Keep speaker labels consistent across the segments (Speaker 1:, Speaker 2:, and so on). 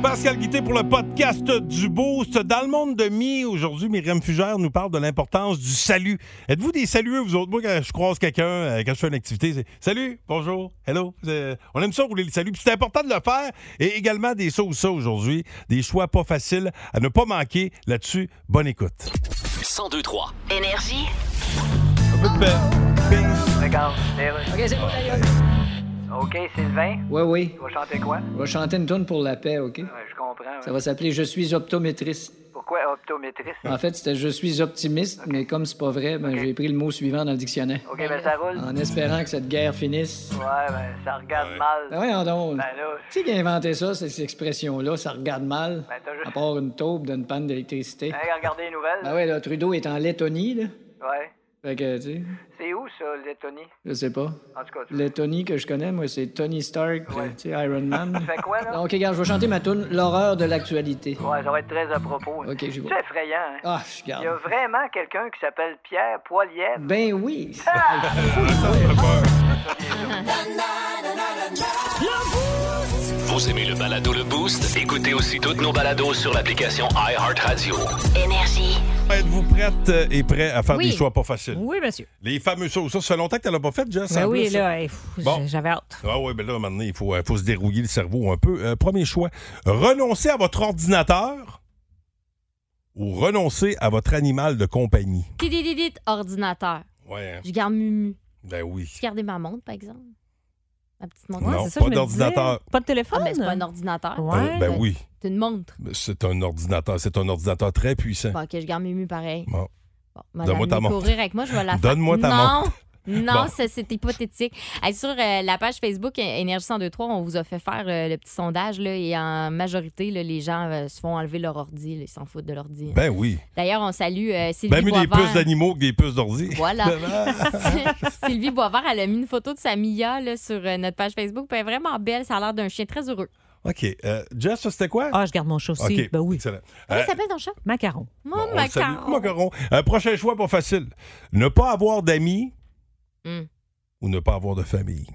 Speaker 1: Pascal Guité pour le podcast du Boost. Dans le monde de mi, aujourd'hui, Myriam Fugère nous parle de l'importance du salut. Êtes-vous des salueux, vous autres? Moi, quand je croise quelqu'un, euh, quand je fais une activité, c'est salut, bonjour, hello. Euh, on aime ça rouler le salut. Puis c'est important de le faire. Et également des ça ou ça aujourd'hui. Des choix pas faciles à ne pas manquer là-dessus. Bonne écoute.
Speaker 2: 1023
Speaker 3: Énergie.
Speaker 1: Un peu de paix. Ping.
Speaker 4: D'accord.
Speaker 5: Ok, c'est bon, ta gueule.
Speaker 4: OK, Sylvain,
Speaker 5: Ouais, oui.
Speaker 4: tu vas chanter quoi?
Speaker 5: On va chanter une tune pour la paix, OK?
Speaker 4: Ouais, je comprends.
Speaker 5: Ça
Speaker 4: ouais.
Speaker 5: va s'appeler Je suis optométriste.
Speaker 4: Pourquoi optométriste?
Speaker 5: En fait, c'était Je suis optimiste, mais comme c'est pas vrai, ben, j'ai pris le mot suivant dans le dictionnaire.
Speaker 4: OK, ben ça roule.
Speaker 5: En espérant que cette guerre finisse.
Speaker 4: Ouais, ben ça regarde mal.
Speaker 5: Ben voyons donc.
Speaker 4: Ben là,
Speaker 5: Tu sais qui a inventé ça, ces expressions-là, ça regarde mal,
Speaker 4: Ben, t'as juste-
Speaker 5: à part une taupe d'une panne d'électricité.
Speaker 4: hein, regardez les nouvelles.
Speaker 5: Ben ouais, là, Trudeau est en Lettonie, là.
Speaker 4: Ouais.
Speaker 5: Fait que, tu sais,
Speaker 4: C'est où ça, Lettonie?
Speaker 5: je sais pas.
Speaker 4: En tout cas, tu
Speaker 5: Lettonie que je connais, moi, c'est Tony Stark,
Speaker 4: Ouais.
Speaker 5: puis, tu sais, Iron Man.
Speaker 4: fais quoi, là?
Speaker 5: OK, regarde, je vais chanter ma tune L'horreur de l'actualité.
Speaker 4: Ouais, ça va être très à propos.
Speaker 5: Mm. OK, j'y vais.
Speaker 4: C'est effrayant, hein?
Speaker 5: Ah, je
Speaker 4: Il y a
Speaker 5: garde.
Speaker 4: vraiment quelqu'un qui s'appelle Pierre Poilievre.
Speaker 5: Ben oui.
Speaker 4: Ah!
Speaker 2: Vous aimez le balado le boost? Écoutez aussi toutes nos balados sur l'application iHeartRadio.
Speaker 3: Énergie.
Speaker 1: Êtes-vous prête et prêt à faire
Speaker 6: Oui.
Speaker 1: des choix pas faciles?
Speaker 6: Oui, monsieur.
Speaker 1: Les fameux ça ou ça. Ça fait longtemps que tu l'as pas fait, Jess?
Speaker 6: Ben
Speaker 1: en
Speaker 6: oui,
Speaker 1: plus.
Speaker 6: là, hey, pff,
Speaker 1: Bon.
Speaker 6: j'avais hâte.
Speaker 1: Ah oui, ben là, maintenant, il faut, euh, faut se dérouiller le cerveau un peu. Euh, premier choix, renoncer à votre ordinateur ou renoncer à votre animal de compagnie.
Speaker 6: Tidididit, ordinateur.
Speaker 1: Ouais, hein?
Speaker 6: Je garde Mumu.
Speaker 1: ben oui.
Speaker 6: Je gardais ma montre, par exemple. Ma petite montre.
Speaker 1: Ouais, Non,
Speaker 7: c'est ça,
Speaker 1: pas
Speaker 7: je me
Speaker 1: d'ordinateur.
Speaker 7: disais. Pas de
Speaker 6: Ah,
Speaker 7: téléphone?
Speaker 6: ben, c'est pas un ordinateur.
Speaker 7: Ouais.
Speaker 1: Euh, ben oui,
Speaker 6: C'est une montre.
Speaker 1: Ben, c'est un ordinateur. C'est un ordinateur très puissant.
Speaker 6: Bon, ok, je garde Mumu pareil.
Speaker 1: Bon.
Speaker 6: Bon, madame,
Speaker 1: Donne-moi ta
Speaker 6: venez
Speaker 1: montre.
Speaker 6: courir avec moi, je vais la faire.
Speaker 1: Donne-moi ta
Speaker 6: non.
Speaker 1: montre.
Speaker 6: Non,
Speaker 1: Bon.
Speaker 6: ça, c'est hypothétique. Hey, sur euh, la page Facebook é- Énergie 1023, on vous a fait faire euh, le petit sondage là, et en majorité, là, les gens euh, se font enlever leur ordi. là, ils s'en foutent de l'ordi.
Speaker 1: Ben oui.
Speaker 6: D'ailleurs, on salue euh, Sylvie
Speaker 1: Ben mieux des
Speaker 6: Boisvert.
Speaker 1: puces d'animaux que des puces d'ordi.
Speaker 6: Voilà. Sylvie Boisvert, elle a mis une photo de sa Mia là, sur euh, notre page Facebook. Ben, vraiment belle. Ça a l'air d'un chien très heureux.
Speaker 1: OK. euh, Jess, ça, c'était quoi?
Speaker 7: Ah, je garde mon chat aussi.
Speaker 1: OK,
Speaker 7: Ben oui.
Speaker 1: Excellent.
Speaker 6: Comment
Speaker 1: Euh,
Speaker 6: s'appelle ton chat?
Speaker 7: Macaron.
Speaker 6: Mon
Speaker 1: bon, on le salue.
Speaker 6: Oh, macaron.
Speaker 1: Macaron. Euh, prochain choix, pas facile. Ne pas avoir d'amis
Speaker 6: Hmm.
Speaker 1: ou ne pas avoir de famille.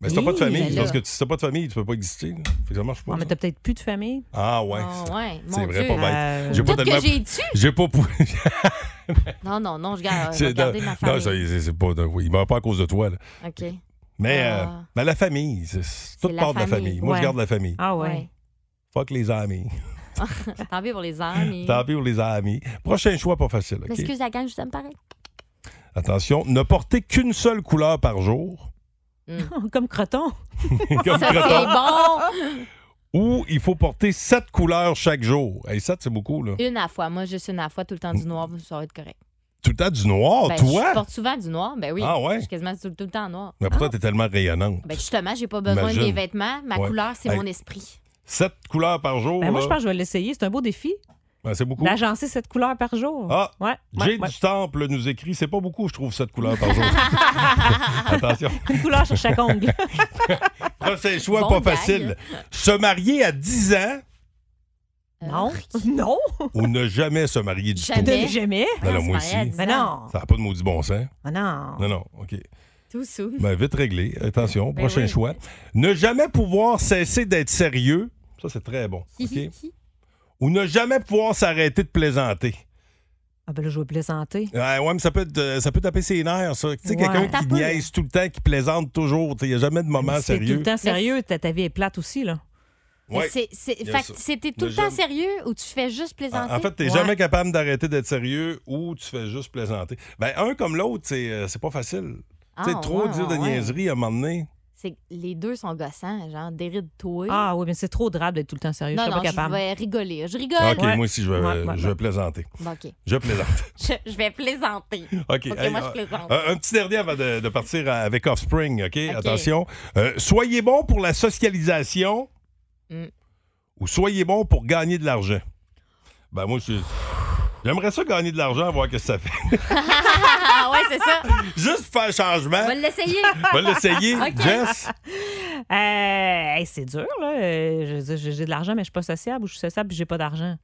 Speaker 1: Mais si t'as
Speaker 7: Hi,
Speaker 1: pas de famille,
Speaker 6: ben là.
Speaker 1: parce que si t'as pas de famille, tu peux pas exister. là. Fait que ça marche pas.
Speaker 7: Ah, mais
Speaker 1: ça.
Speaker 7: t'as peut-être plus de famille.
Speaker 1: Ah ouais.
Speaker 6: Ah, ouais, mon
Speaker 1: C'est vrai,
Speaker 6: Dieu.
Speaker 1: pas bête.
Speaker 7: Euh,
Speaker 1: J'ai pas
Speaker 6: Peut-être que
Speaker 1: tellement.
Speaker 6: j'ai tu.
Speaker 1: J'ai pas. pou-
Speaker 6: Non, non, non, je garde. je
Speaker 1: C'est-
Speaker 6: vais garder ma
Speaker 1: non,
Speaker 6: famille.
Speaker 1: ça, c'est- c'est pas. de- oui, Il meurt pas à cause de toi. là.
Speaker 6: OK.
Speaker 1: Mais,
Speaker 6: Ah.
Speaker 1: euh, mais la famille, c'est- c'est toute
Speaker 6: la
Speaker 1: part de la
Speaker 6: famille.
Speaker 1: famille. Moi, je
Speaker 7: Ouais.
Speaker 1: garde la famille.
Speaker 7: Ah ouais.
Speaker 6: Ouais.
Speaker 1: Fuck les amis.
Speaker 6: Tant pis pour les amis.
Speaker 1: Tant pis pour les amis. Prochain choix, pas facile.
Speaker 6: Je
Speaker 1: ok?
Speaker 6: M'excuse la gang, je t'aime pareil.
Speaker 1: Attention, ne porter qu'une seule couleur par jour.
Speaker 7: Comme croton.
Speaker 1: Mm. comme
Speaker 6: Oh, Ça, c'est
Speaker 1: Breton.
Speaker 6: bon.
Speaker 1: Ou il faut porter sept couleurs chaque jour. Et sept, c'est beaucoup, là.
Speaker 6: Une à la fois. Moi, juste une à la fois, tout le temps du noir, ça va être correct.
Speaker 1: Tout le temps du noir,
Speaker 6: Ben,
Speaker 1: Oh, toi?
Speaker 6: Je porte souvent du noir. Ben oui.
Speaker 1: Ah ouais?
Speaker 6: Je suis quasiment tout, tout le temps en noir.
Speaker 1: Mais pourtant, t'es tellement rayonnante.
Speaker 6: Ben justement, j'ai pas besoin
Speaker 1: Imagine.
Speaker 6: de mes vêtements. Ma
Speaker 1: Ouais.
Speaker 6: couleur, c'est
Speaker 1: Hey.
Speaker 6: mon esprit.
Speaker 1: Sept couleurs par jour,
Speaker 7: Ben, moi,
Speaker 1: là,
Speaker 7: je pense que je vais l'essayer. C'est un beau défi.
Speaker 1: ben, c'est beaucoup.
Speaker 7: D'agencer cette couleur par jour.
Speaker 1: Ah,
Speaker 7: Ouais.
Speaker 1: Jay
Speaker 7: ouais, ouais.
Speaker 1: du Temple nous écrit, c'est pas beaucoup, je trouve, sept couleurs par jour. Attention.
Speaker 7: Une couleur sur chaque ongle.
Speaker 1: Prochain choix,
Speaker 6: Bon
Speaker 1: pas
Speaker 6: gag.
Speaker 1: facile. Se marier à 10 ans
Speaker 6: Euh,
Speaker 7: non. Non.
Speaker 1: ou ne jamais se marier du
Speaker 6: Jamais.
Speaker 1: tout.
Speaker 6: Mais-
Speaker 7: Jamais.
Speaker 1: Non, non,
Speaker 6: se
Speaker 1: Ben, moi
Speaker 6: marier à
Speaker 1: aussi.
Speaker 6: 10
Speaker 7: Mais
Speaker 6: ans.
Speaker 7: Ben non.
Speaker 1: Ça n'a pas de maudit bon sens.
Speaker 7: Mais non.
Speaker 1: Non, non, OK.
Speaker 6: Tout soon.
Speaker 1: Ben, vite réglé. Attention,
Speaker 6: Ben
Speaker 1: prochain
Speaker 6: oui.
Speaker 1: choix. Ne jamais pouvoir cesser d'être sérieux. Ça, c'est très bon. OK? ou ne jamais pouvoir s'arrêter de plaisanter.
Speaker 7: Ah, ben là, je vais plaisanter.
Speaker 1: Ouais, ouais, mais ça peut, être, euh, ça peut taper ses nerfs, ça. Tu sais,
Speaker 7: Ouais.
Speaker 1: quelqu'un qui
Speaker 6: Tape pas, là.
Speaker 1: niaise tout le temps, qui plaisante toujours. tu sais, Il n'y a jamais de moment
Speaker 7: Si t'es tout
Speaker 1: sérieux.
Speaker 7: le temps sérieux, ta, ta vie est plate aussi, là.
Speaker 6: Mais
Speaker 1: Ouais.
Speaker 6: c'est- c'est-
Speaker 1: Il y a
Speaker 6: fait
Speaker 1: ça.
Speaker 6: que c'était tout
Speaker 1: Ne
Speaker 6: le temps
Speaker 1: jamais-
Speaker 6: sérieux ou tu fais juste plaisanter?
Speaker 1: En en fait, tu n'es
Speaker 7: Ouais.
Speaker 1: jamais capable d'arrêter d'être sérieux ou tu fais juste plaisanter. Ben, un comme l'autre, c'est euh, c'est pas facile.
Speaker 6: Ah,
Speaker 1: tu sais, trop
Speaker 6: ouais,
Speaker 1: dire
Speaker 6: ouais,
Speaker 1: de
Speaker 6: ouais.
Speaker 1: niaiseries à un moment donné.
Speaker 6: C'est que les deux sont gossants, genre déride-toi.
Speaker 7: Ah oui, mais c'est trop drôle d'être tout le temps sérieux.
Speaker 6: non,
Speaker 7: je suis
Speaker 6: non,
Speaker 7: pas
Speaker 6: je
Speaker 7: capable.
Speaker 6: vais rigoler. Je rigole.
Speaker 1: Ah, OK,
Speaker 7: Ouais.
Speaker 1: moi aussi, je vais,
Speaker 7: Ouais, ouais,
Speaker 1: je vais
Speaker 7: ouais.
Speaker 1: plaisanter.
Speaker 6: Bon, OK.
Speaker 1: Je plaisante.
Speaker 6: Je, je vais plaisanter.
Speaker 1: OK.
Speaker 6: Ok,
Speaker 1: hey,
Speaker 6: moi, je
Speaker 1: euh,
Speaker 6: plaisante.
Speaker 1: Un, un petit dernier avant de, de partir à- avec Offspring, OK?
Speaker 6: OK.
Speaker 1: Attention. Euh, soyez bon pour la socialisation
Speaker 6: Mm.
Speaker 1: ou soyez bon pour gagner de l'argent. Ben, moi, je J'aimerais ça gagner de l'argent, voir ce que ça fait.
Speaker 6: Ah ouais, c'est ça.
Speaker 1: Hein? Juste faire un changement.
Speaker 6: On va l'essayer.
Speaker 1: On va l'essayer.
Speaker 6: OK.
Speaker 1: Jess,
Speaker 7: Euh, hey, c'est dur, là. Euh, je veux dire, J'ai j'ai de l'argent, mais je suis pas sociable ou je suis sociable et j'ai pas d'argent.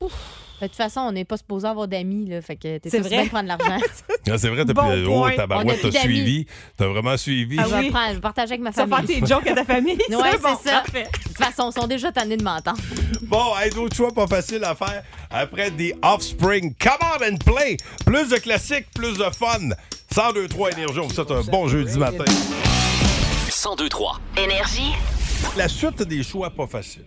Speaker 6: De toute façon, on n'est pas supposé avoir d'amis, là. Fait que t'es
Speaker 7: C'est
Speaker 6: sûr
Speaker 7: vrai.
Speaker 6: bien de prendre l'argent.
Speaker 1: Ah, c'est vrai, t'as
Speaker 7: Bon
Speaker 1: plus- Oh,
Speaker 7: point.
Speaker 6: On a
Speaker 1: tabarouette,
Speaker 6: plus
Speaker 1: t'as
Speaker 6: d'amis.
Speaker 1: suivi. T'as vraiment suivi.
Speaker 7: Ah
Speaker 6: je,
Speaker 7: oui.
Speaker 6: vais prendre- je vais partager avec ma
Speaker 7: Ça fait
Speaker 6: famille.
Speaker 7: tes jokes à ta famille.
Speaker 6: Ouais, c'est ça. De toute façon, ils sont déjà tannés de m'entendre.
Speaker 1: Bon, hey, d'autres choix pas faciles à faire après des Offspring. Come on and play! Plus de classiques, plus de fun. 102-3 Énergie, on vous souhaite un bon jeudi matin.
Speaker 2: 1023.
Speaker 3: Énergie.
Speaker 1: La suite des choix pas faciles.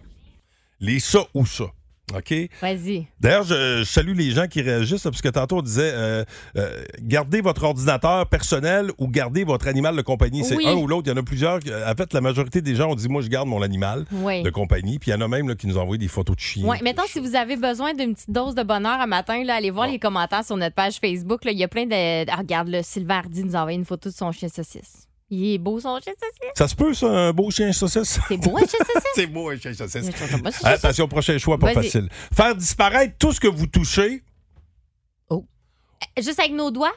Speaker 1: Les ça ou ça. OK?
Speaker 6: Vas-y.
Speaker 1: D'ailleurs, je, je salue les gens qui réagissent parce que tantôt on disait euh, euh, gardez votre ordinateur personnel ou gardez votre animal de compagnie. C'est
Speaker 6: Oui.
Speaker 1: un ou l'autre. Il y en a plusieurs. qui- En fait, la majorité des gens ont dit moi je garde mon animal
Speaker 6: Oui.
Speaker 1: de compagnie. Puis il y en a même là, qui nous envoient des photos de chiens.
Speaker 6: Ouais, mettons, si vous avez besoin d'une petite dose de bonheur un matin, là, allez voir les commentaires sur notre page Facebook. là. Il y a plein de. Ah, regarde, là, Sylvain Hardy nous a envoyé une photo de son chien saucisse. Il est beau, son chien saucisse.
Speaker 1: Ça se peut, ça, un beau chien saucisse?
Speaker 6: C'est beau, un chien saucisse.
Speaker 1: C'est beau, un chien saucisse.
Speaker 6: Mais je comprends pas ce chien
Speaker 1: Attention, prochain choix, pas
Speaker 6: Vas-y.
Speaker 1: facile. Faire disparaître tout ce que vous touchez.
Speaker 6: saucisse. Juste avec nos doigts?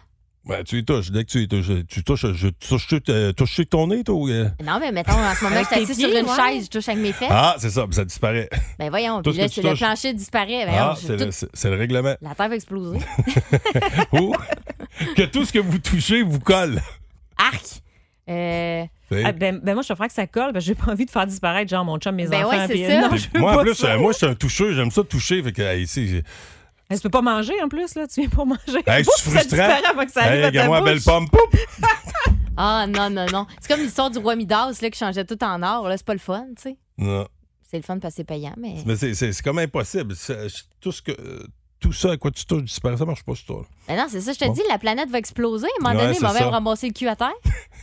Speaker 1: Ben, tu y touches. Dès que tu y touches, tu touches, je touche, euh, touches ton nez, toi. ou, euh?
Speaker 6: Non, mais mettons, en ce moment, je
Speaker 7: Avec
Speaker 6: suis assise
Speaker 7: tes
Speaker 6: sur
Speaker 7: pieds,
Speaker 6: une
Speaker 7: ouais.
Speaker 6: chaise, je touche avec mes
Speaker 7: Hein?
Speaker 6: fesses.
Speaker 1: Ah, c'est ça, puis ça disparaît.
Speaker 6: Ben voyons,
Speaker 1: Tout
Speaker 6: puis
Speaker 1: ce
Speaker 6: là,
Speaker 1: que tu
Speaker 6: c'est le
Speaker 1: touches.
Speaker 6: plancher disparaît. Ben,
Speaker 1: Ah,
Speaker 6: on-
Speaker 1: c'est
Speaker 6: tout-
Speaker 1: le, c'est- c'est le règlement.
Speaker 6: La terre va exploser.
Speaker 1: Ou que tout ce que vous touchez vous colle.
Speaker 6: Arc! Euh,
Speaker 7: Ah, ben, ben moi, je ferais que ça colle, parce que j'ai pas envie de faire disparaître, genre, mon chum, mes
Speaker 6: Ben
Speaker 7: enfants.
Speaker 6: ouais, c'est
Speaker 7: puis-
Speaker 6: ça.
Speaker 7: Non,
Speaker 1: Puis
Speaker 7: je veux
Speaker 1: moi, en
Speaker 7: pas
Speaker 1: plus,
Speaker 7: ça.
Speaker 1: euh, moi, je suis un toucheux. J'aime ça toucher. Fait que, hey, ici, j'ai-
Speaker 7: Hey, tu peux pas manger, en plus, là. Tu viens pas manger.
Speaker 1: Hey,
Speaker 7: Pouf,
Speaker 1: c'est
Speaker 7: ça
Speaker 1: frustrant.
Speaker 7: disparaît avant que ça arrive
Speaker 1: hey,
Speaker 7: à ta
Speaker 1: regarde-moi,
Speaker 7: bouche.
Speaker 1: belle pomme. Poup!
Speaker 6: Ah non, non, non. C'est comme l'histoire du roi Midas là, qui changeait tout en or. Là, c'est pas le fun, tu sais.
Speaker 1: Non,
Speaker 6: C'est le fun parce que c'est payant, mais.
Speaker 1: mais c'est- c'est c'est comme impossible. C'est- je- Tout, ce que, euh, tout ça à quoi tu touches disparaît. Ça marche pas sur toi. là.
Speaker 6: Ben non, c'est ça, je te
Speaker 1: Bon.
Speaker 6: dis, la planète va exploser. À un moment
Speaker 1: Ouais,
Speaker 6: donné, il va
Speaker 1: c'est
Speaker 6: même
Speaker 1: ça.
Speaker 6: ramasser le cul à terre.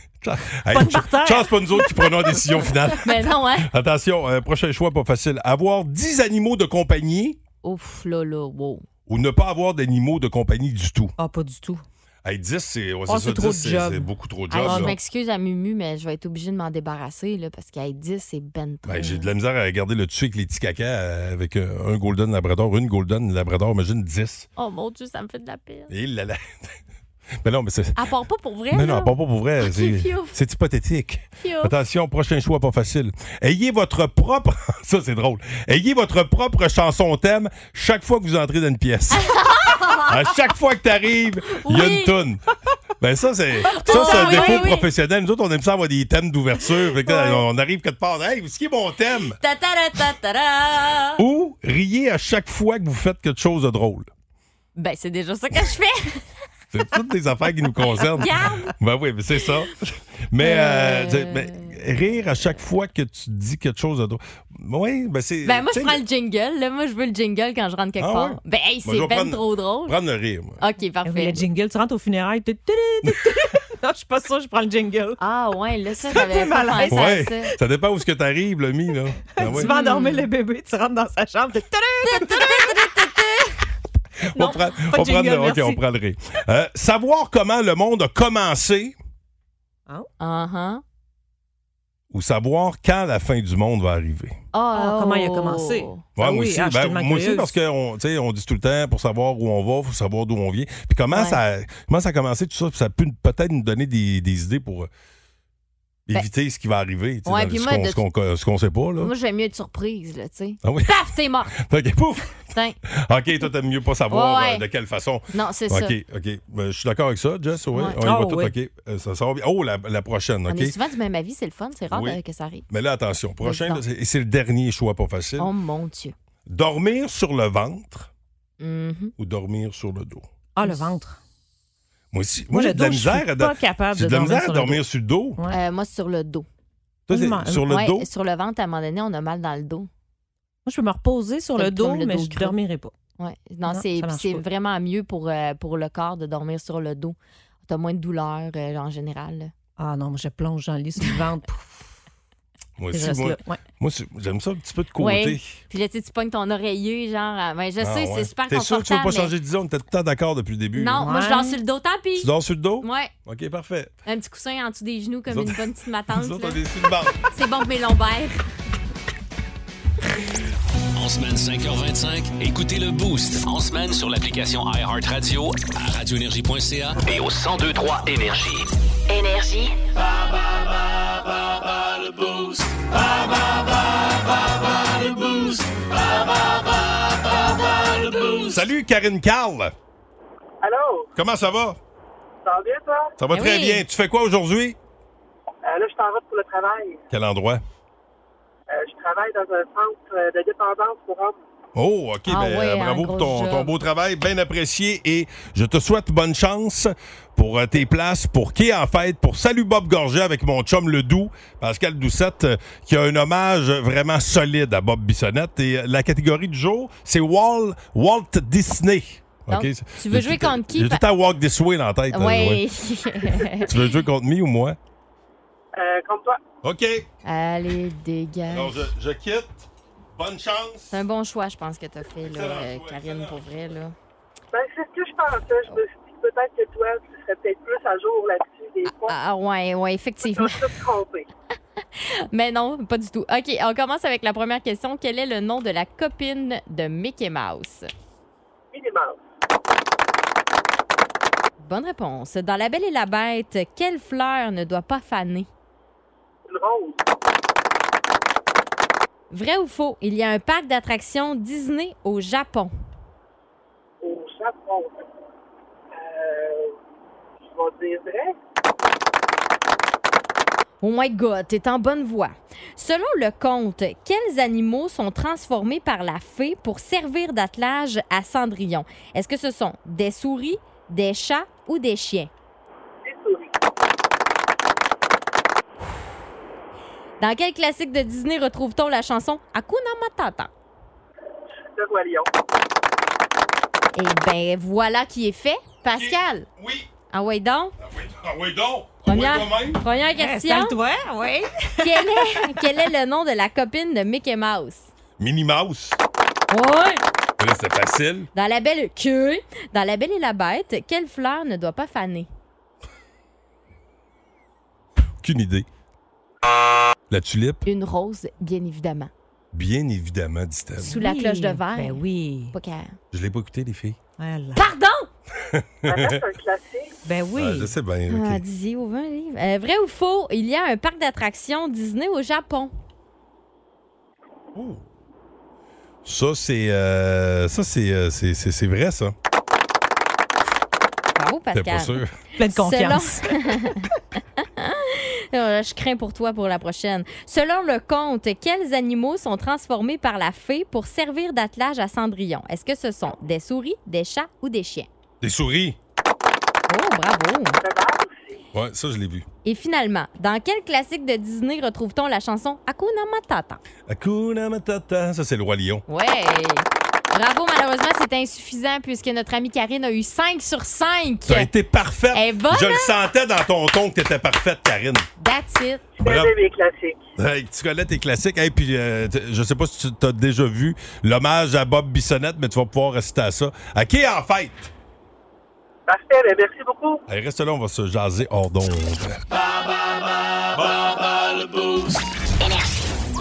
Speaker 1: Hey,
Speaker 7: Pas de
Speaker 1: ch-
Speaker 7: parterre.
Speaker 1: chance, pas nous autres qui prenons la décision finale.
Speaker 6: Mais non, hein?
Speaker 1: Attention, euh, prochain choix pas facile. Avoir 10 animaux de compagnie
Speaker 6: Ouf, là, là, wow.
Speaker 1: ou ne pas avoir d'animaux de compagnie du tout.
Speaker 7: Ah, pas du tout.
Speaker 1: Hey, 10, c'est ouais,
Speaker 7: Oh,
Speaker 1: c'est ça,
Speaker 7: c'est
Speaker 1: 10,
Speaker 7: trop de
Speaker 1: c'est-
Speaker 7: job. Ah,
Speaker 1: c'est beaucoup trop de
Speaker 6: Hey,
Speaker 1: job.
Speaker 6: je
Speaker 1: là.
Speaker 6: m'excuse à Mumu, mais je vais être obligée de m'en débarrasser, là, parce qu'à 10, c'est ben trop.
Speaker 1: Ben, j'ai de la misère à garder le dessus avec les petits cacas, euh, avec euh, un Golden Labrador, une Golden Labrador, imagine 10.
Speaker 6: Oh mon Dieu, ça me fait de la peine.
Speaker 1: Et là, là. Mais non, mais c'est.
Speaker 6: À part pas pour vrai,
Speaker 1: Mais
Speaker 6: là.
Speaker 1: non, pas pour vrai. c'est-
Speaker 6: piouf.
Speaker 1: C'est hypothétique.
Speaker 6: Piouf.
Speaker 1: Attention, prochain choix pas facile. Ayez votre propre. Ça, c'est drôle. Ayez votre propre chanson thème chaque fois que vous entrez dans une pièce. à chaque fois que t'arrives, il y a une
Speaker 6: Oui.
Speaker 1: toune. Ben ça, c'est ça, c'est un
Speaker 6: Ah, oui,
Speaker 1: défaut
Speaker 6: oui.
Speaker 1: professionnel. Nous autres, on aime ça avoir des thèmes d'ouverture. Fait que là, On arrive quelque part. Hey, ce qui est mon thème?
Speaker 6: Ta ta ta ta ta
Speaker 1: Ou riez à chaque fois que vous faites quelque chose de drôle.
Speaker 6: Ben, c'est déjà ça que je fais.
Speaker 1: C'est toutes des affaires qui nous concernent.
Speaker 6: Garde.
Speaker 1: Ben oui, mais c'est ça. Mais, euh,
Speaker 6: Euh.
Speaker 1: c'est- mais rire à chaque fois que tu dis quelque chose de drôle. Oui, ben c'est.
Speaker 6: Ben, moi, je
Speaker 1: tu sais,
Speaker 6: prends le jingle, là. Moi, je veux le jingle quand je rentre quelque
Speaker 1: Ah,
Speaker 6: part.
Speaker 1: ouais?
Speaker 6: Ben, hey,
Speaker 1: Moi, je vais
Speaker 6: c'est ben
Speaker 1: prendre-
Speaker 6: trop drôle.
Speaker 1: prendre le rire. moi.
Speaker 6: Ok,
Speaker 7: Le
Speaker 6: parfait.
Speaker 7: jingle, tu rentres au funérailles. tu- Non, je suis pas sûre, je prends le jingle.
Speaker 6: Ah, ouais, là, ça, j'avais
Speaker 7: fait
Speaker 6: pas
Speaker 7: malaise.
Speaker 6: pensé à
Speaker 1: Ouais,
Speaker 6: ça.
Speaker 1: ça dépend où ce que t'arrives, le mi là. Ben ouais.
Speaker 7: Tu vas endormir le bébé, tu rentres dans sa chambre. tu-
Speaker 1: on
Speaker 7: non,
Speaker 1: prend,
Speaker 7: pas
Speaker 1: on
Speaker 7: de
Speaker 1: prend le,
Speaker 7: jingle,
Speaker 1: ok,
Speaker 7: merci.
Speaker 1: on prend le rire. Euh, savoir comment le monde a commencé
Speaker 6: Ah, ah.
Speaker 1: ou savoir quand la fin du monde va arriver.
Speaker 7: Ah, comment il a commencé?
Speaker 6: Oh.
Speaker 1: Ouais,
Speaker 7: Ah
Speaker 1: moi
Speaker 7: oui,
Speaker 1: aussi,
Speaker 7: ah, je suis
Speaker 1: ben,
Speaker 7: tellement
Speaker 1: moi aussi
Speaker 7: curieuse.
Speaker 1: parce qu'on on dit tout le temps pour savoir où on va, faut savoir d'où on vient. Puis comment,
Speaker 6: Ouais.
Speaker 1: ça, comment ça a commencé, tout ça, puis ça peut peut-être nous donner des, des idées pour euh,
Speaker 6: Ben-
Speaker 1: éviter ce qui va arriver, tu sais,
Speaker 6: Ouais,
Speaker 1: dans-
Speaker 6: puis
Speaker 1: ce
Speaker 6: moi,
Speaker 1: qu'on-
Speaker 6: de-
Speaker 1: ce qu'on ce qu'on sait pas. Là.
Speaker 6: Moi, j'aime mieux être surprise, là, tu sais.
Speaker 1: Ah oui,
Speaker 6: Paf, t'es mort.
Speaker 1: ok, pouf!
Speaker 6: Putain.
Speaker 1: Ok, toi, t'aimes mieux pas savoir
Speaker 6: Ouais, ouais.
Speaker 1: euh, de quelle façon.
Speaker 6: Non, c'est ça.
Speaker 1: Ok, ok. Ben, je suis d'accord avec ça, Jess, oui.
Speaker 6: Ouais. Oh,
Speaker 1: On y va
Speaker 7: Ah,
Speaker 1: tout,
Speaker 7: oui.
Speaker 1: ok. Euh, ça sort bien. Oh, la, la prochaine,
Speaker 6: On
Speaker 1: ok.
Speaker 6: est souvent du même avis, c'est le fun, c'est rare
Speaker 1: Oui.
Speaker 6: euh, que ça arrive.
Speaker 1: Mais là, attention, prochain,
Speaker 6: Vas-y
Speaker 1: là, c'est et c'est le dernier choix pas facile.
Speaker 6: Oh mon Dieu.
Speaker 1: Dormir sur le ventre
Speaker 6: Mhm.
Speaker 1: ou dormir sur le dos?
Speaker 7: Ah, le ventre.
Speaker 1: Moi aussi. Moi, j'ai
Speaker 7: le
Speaker 1: de la
Speaker 7: dos, je suis
Speaker 1: misère à
Speaker 7: pas
Speaker 1: dormir.
Speaker 7: capable
Speaker 1: J'ai
Speaker 7: de
Speaker 1: de la
Speaker 7: dormir
Speaker 1: misère
Speaker 7: sur
Speaker 1: à
Speaker 7: le dos.
Speaker 1: dormir sur le dos.
Speaker 7: Ouais.
Speaker 6: Euh, moi, sur le dos.
Speaker 1: Toi,
Speaker 7: Je
Speaker 1: c'est-
Speaker 7: m'en-
Speaker 1: sur le
Speaker 6: Ouais,
Speaker 1: dos.
Speaker 6: Sur le ventre, à un moment donné, on a mal dans le dos.
Speaker 7: Moi, je peux me reposer sur
Speaker 6: Comme-
Speaker 7: le dos,
Speaker 6: comme le
Speaker 7: mais
Speaker 6: dos
Speaker 7: je
Speaker 6: creux.
Speaker 7: dormirai pas.
Speaker 6: Ouais. Non,
Speaker 7: Non,
Speaker 6: c'est
Speaker 7: ça marche
Speaker 6: c'est
Speaker 7: pas.
Speaker 6: vraiment mieux pour, euh, pour le corps de dormir sur le dos. T'as moins de douleur euh, en général. là.
Speaker 7: Ah non, moi, je plonge dans le lit sur le ventre. Pouf,
Speaker 1: Moi
Speaker 7: je
Speaker 1: aussi,
Speaker 7: reste
Speaker 1: moi,
Speaker 7: là. Ouais.
Speaker 1: moi aussi, j'aime ça un petit peu de côté.
Speaker 6: Ouais. Puis là, tu sais, tu pognes ton oreiller, genre. ah, ben, je
Speaker 1: Ah,
Speaker 6: sais,
Speaker 1: ouais.
Speaker 6: c'est super
Speaker 1: T'es sûr que tu veux
Speaker 6: confortable.
Speaker 1: pas
Speaker 6: mais-
Speaker 1: changer d'idée? On était tout le temps d'accord depuis le début.
Speaker 6: Non,
Speaker 1: là.
Speaker 6: moi, je dors
Speaker 7: Ouais.
Speaker 6: sur le dos, tant pis.
Speaker 1: Tu dors sur le dos?
Speaker 6: Ouais,
Speaker 1: OK, parfait.
Speaker 6: un petit coussin en dessous des genoux comme
Speaker 1: Nous
Speaker 6: une
Speaker 1: autres-
Speaker 6: bonne petite
Speaker 1: Nous
Speaker 6: matante.
Speaker 1: autres,
Speaker 6: là.
Speaker 1: on est sur le banc.
Speaker 6: C'est bon pour mes lombaires.
Speaker 2: En semaine 5h25, écoutez le Boost.
Speaker 8: En semaine sur l'application iHeartRadio à radioénergie.ca.
Speaker 2: Et au 1023 Énergie.
Speaker 3: Énergie.
Speaker 1: Salut Karine Carl.
Speaker 3: Allô?
Speaker 1: Comment ça va?
Speaker 3: Ça va bien, toi?
Speaker 1: Ça va
Speaker 6: Ben
Speaker 1: très
Speaker 6: oui.
Speaker 1: bien. Tu fais quoi aujourd'hui?
Speaker 3: Euh, là, je t'en route pour le travail.
Speaker 1: Quel endroit?
Speaker 3: Euh, je travaille dans un centre euh, de dépendance pour hommes.
Speaker 1: Oh, OK.
Speaker 6: Ah
Speaker 1: ben,
Speaker 6: ouais,
Speaker 1: bravo
Speaker 6: un
Speaker 1: pour
Speaker 6: gros
Speaker 1: ton,
Speaker 6: job.
Speaker 1: ton beau travail, bien apprécié. Et je te souhaite bonne chance pour euh, tes places, pour qui en fait, pour Salut Bob Gorget avec mon chum Ledoux, Pascal Doucette, euh, qui a un hommage vraiment solide à Bob Bissonnette. Et euh, la catégorie du jour, c'est Wal- Walt Disney.
Speaker 6: Donc,
Speaker 1: OK? C'est-
Speaker 6: tu veux
Speaker 1: j'ai
Speaker 6: jouer
Speaker 1: tout-
Speaker 6: contre qui,
Speaker 1: J'ai
Speaker 6: pa-
Speaker 1: tout à Walk This Way dans la tête. hein, ouais.
Speaker 6: Oui.
Speaker 1: Tu veux jouer contre me ou moi?
Speaker 3: Euh, comme toi.
Speaker 1: OK.
Speaker 6: Allez,
Speaker 1: Alors,
Speaker 6: dégage.
Speaker 1: je, je quitte. Bonne chance.
Speaker 6: C'est un bon choix, je pense, que t'as fait, là,
Speaker 1: Excellent
Speaker 6: euh,
Speaker 1: choix,
Speaker 6: Karine,
Speaker 1: excellent.
Speaker 6: pour vrai, là.
Speaker 3: Ben, c'est ce que je pensais. Je me suis dit peut-être que toi, tu serais peut-être plus à jour là-dessus des fois.
Speaker 6: Ah, ouais,
Speaker 3: Je
Speaker 6: ouais,
Speaker 3: me
Speaker 6: effectivement.
Speaker 3: suis trompée.
Speaker 6: Mais non, pas du tout. OK, on commence avec la première question. Quel est le nom de la copine de Mickey Mouse?
Speaker 3: Il est mort.
Speaker 6: Bonne réponse. Dans La Belle et la Bête, quelle fleur ne doit pas faner?
Speaker 3: Une rose.
Speaker 6: Vrai ou faux, il y a un parc d'attractions Disney au Japon.
Speaker 3: Au chaperon. Euh, je vais dire vrai.
Speaker 6: Oh my God, t'es en bonne voie. Selon le conte, quels animaux sont transformés par la fée pour servir d'attelage à Cendrillon? Est-ce que ce sont des souris, des chats ou des chiens?
Speaker 3: Des souris.
Speaker 6: Dans quel classique de Disney retrouve-t-on la chanson Hakuna Matata?
Speaker 3: Le roi lion.
Speaker 6: Eh ben voilà qui est fait. Pascal,
Speaker 1: Oui.
Speaker 6: ah ouais donc.
Speaker 1: Ah oui, ah oui donc. Ah oui,
Speaker 6: Première,
Speaker 1: quand même.
Speaker 6: première question.
Speaker 7: Installe-toi, oui.
Speaker 6: Quel est, quel est le nom de la copine de Mickey Mouse?
Speaker 1: Minnie Mouse.
Speaker 6: Ouais.
Speaker 1: Là, c'était facile.
Speaker 6: Dans la belle queue, dans la belle et la bête, quelle fleur ne doit pas faner?
Speaker 1: Aucune idée. La tulipe,
Speaker 6: Une rose, bien évidemment.
Speaker 1: bien évidemment, dit-elle.
Speaker 6: Sous la cloche de verre.
Speaker 7: Ben oui.
Speaker 6: Pas clair.
Speaker 1: Je l'ai pas écouté, les filles.
Speaker 7: Ah là.
Speaker 6: Pardon!
Speaker 3: Maintenant, c'est un classique.
Speaker 7: Ben
Speaker 1: Ah,
Speaker 7: oui.
Speaker 1: je sais bien. ok.
Speaker 6: Ah, dis-y, ouvre un livre. Euh, vrai ou faux, il y a un parc d'attractions Disney au Japon.
Speaker 1: Oh. Ça, c'est. euh, ça, c'est, euh, c'est, c'est, c'est vrai, ça.
Speaker 6: Bravo,
Speaker 1: T'es pas
Speaker 6: Pascal.
Speaker 1: sûr.
Speaker 7: Plein de confiance.
Speaker 6: Euh, Je crains pour toi pour la prochaine. Selon le conte, quels animaux sont transformés par la fée pour servir d'attelage à Cendrillon? Est-ce que ce sont des souris, des chats ou des chiens?
Speaker 1: Des souris.
Speaker 6: Oh, bravo!
Speaker 3: Le verre aussi.
Speaker 1: Ouais, ça, je l'ai vu.
Speaker 6: Et finalement, dans quel classique de Disney retrouve-t-on la chanson Hakuna Matata?
Speaker 1: Akuna Matata. Ça, c'est le Roi Lion.
Speaker 6: Ouais! Bravo, malheureusement, c'est insuffisant puisque notre amie Karine a eu 5 sur 5.
Speaker 1: T'as été parfaite.
Speaker 6: Eh, bonne,
Speaker 1: je le sentais dans ton ton que t'étais parfaite, Karine.
Speaker 6: That's it.
Speaker 4: Ben,
Speaker 3: Je
Speaker 1: Bravo.
Speaker 3: faisais mes classiques.
Speaker 1: Hey, tu connais tes classiques. Et puis, euh, t- je sais pas si tu t'as déjà vu l'hommage à Bob Bissonnette, mais tu vas pouvoir rester à ça. À qui en fête?
Speaker 3: Parfait, ben merci beaucoup.
Speaker 1: Allez, reste là, on va se jaser hors d'onde.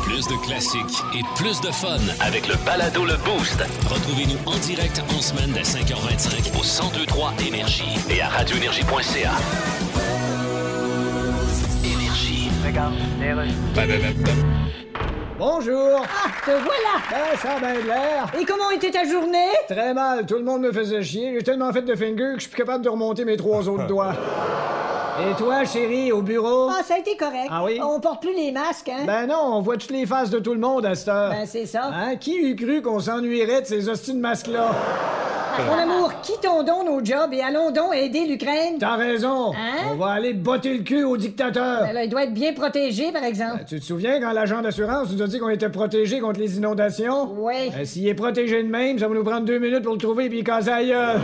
Speaker 8: Plus de classiques et plus de fun.
Speaker 2: Avec le balado Le Boost
Speaker 8: Retrouvez-nous en direct en semaine dès 5h25.
Speaker 2: au 1023 Énergie et à radioénergie.ca. Énergie.
Speaker 4: Regarde, les rues.
Speaker 9: Bonjour. Ah,
Speaker 10: Te voilà!
Speaker 9: Ben, ça a bien de l'air.
Speaker 10: Et comment était ta journée?
Speaker 9: Très mal. Tout le monde me faisait chier. J'ai tellement fait de finger que je suis plus capable de remonter mes trois autres doigts. Et toi, chérie, au bureau?
Speaker 10: Ah, ça a été correct.
Speaker 9: Ah oui?
Speaker 10: On porte plus les masques, hein?
Speaker 9: Ben non, on voit toutes les faces de tout le monde à cette heure.
Speaker 10: Ben, c'est ça.
Speaker 9: Hein? Qui eût cru qu'on s'ennuierait de ces hostiles masques-là?
Speaker 10: Mon amour, quittons donc nos jobs et allons donc aider l'Ukraine.
Speaker 9: T'as raison.
Speaker 10: Hein?
Speaker 9: On va aller botter le cul au dictateur.
Speaker 10: Ben là, il doit être bien protégé, par exemple.
Speaker 9: Tu te souviens quand l'agent d'assurance nous a dit qu'on était protégé contre les inondations?
Speaker 10: Oui.
Speaker 9: Ben, S'il est protégé de même, ça va nous prendre deux minutes pour le trouver et puis casser la gueule.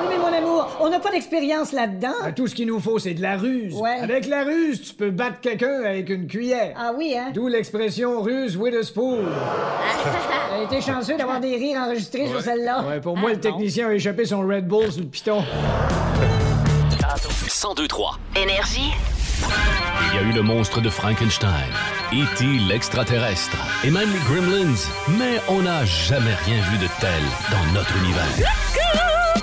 Speaker 10: Oui, mais mon amour, on n'a pas d'expérience là-dedans.
Speaker 9: Ben, tout ce qu'il nous faut, c'est de la ruse.
Speaker 10: Ouais.
Speaker 9: Avec la ruse, tu peux battre quelqu'un avec une cuillère.
Speaker 10: Ah oui, hein?
Speaker 9: D'où l'expression ruse Witherspoon.
Speaker 10: T'as été chanceux d'avoir des rires enregistrés sur celle-là.
Speaker 9: Ouais, pour moi, le technicien a échappé son Red Bull sur le piton.
Speaker 2: 1023.
Speaker 11: Énergie.
Speaker 8: Il y a eu le monstre de Frankenstein, E.T. l'extraterrestre et même les Gremlins, mais on n'a jamais rien vu de tel dans notre univers.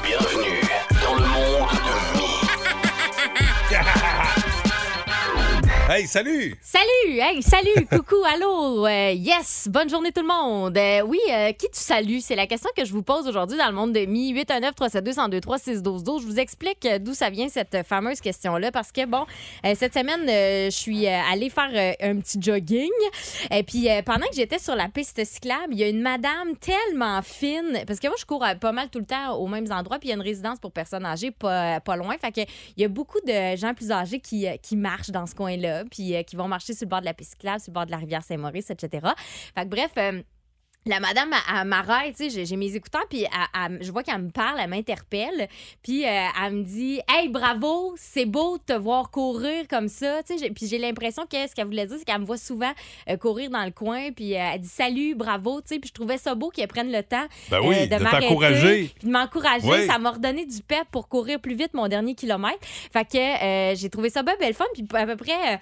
Speaker 2: Bienvenue dans le monde de Mi.
Speaker 1: Hey, salut!
Speaker 6: Salut, hey, salut, coucou, allô, euh, yes, bonne journée tout le monde. Euh, oui, euh, qui tu salues? C'est la question que je vous pose aujourd'hui dans le monde de mi 819 372 3 12 12 Je vous explique euh, d'où ça vient cette euh, fameuse question-là parce que, bon, euh, cette semaine, euh, je suis euh, allée faire euh, un petit jogging. Et puis, euh, pendant que j'étais sur la piste cyclable, il y a une madame tellement fine, parce que moi, je cours euh, pas mal tout le temps aux mêmes endroits, puis il y a une résidence pour personnes âgées pas, pas loin. Fait que il y a beaucoup de gens plus âgés qui, euh, qui marchent dans ce coin-là, puis euh, qui vont marcher sur le bord de la piste cyclable, sur le bord de la rivière Saint-Maurice, etc. Fait que bref. euh, la madame, elle, elle m'arrête, tu sais, j'ai- j'ai mes écouteurs, puis elle- elle- je vois qu'elle me parle, elle m'interpelle, puis euh, elle me dit « Hey, bravo, c'est beau de te voir courir comme ça », tu sais, j'ai- puis j'ai l'impression que ce qu'elle voulait dire, c'est qu'elle me voit souvent euh, courir dans le coin, puis euh, elle dit « Salut, bravo », tu sais, puis je trouvais ça beau qu'elle prenne le temps
Speaker 1: Ben oui, de
Speaker 6: Euh, m'arrêter,
Speaker 1: t'encourager.
Speaker 6: puis de m'encourager,
Speaker 1: Oui.
Speaker 6: ça m'a redonné du pep pour courir plus vite mon dernier kilomètre, fait que euh, j'ai trouvé ça bien belle fun, puis à peu près... euh,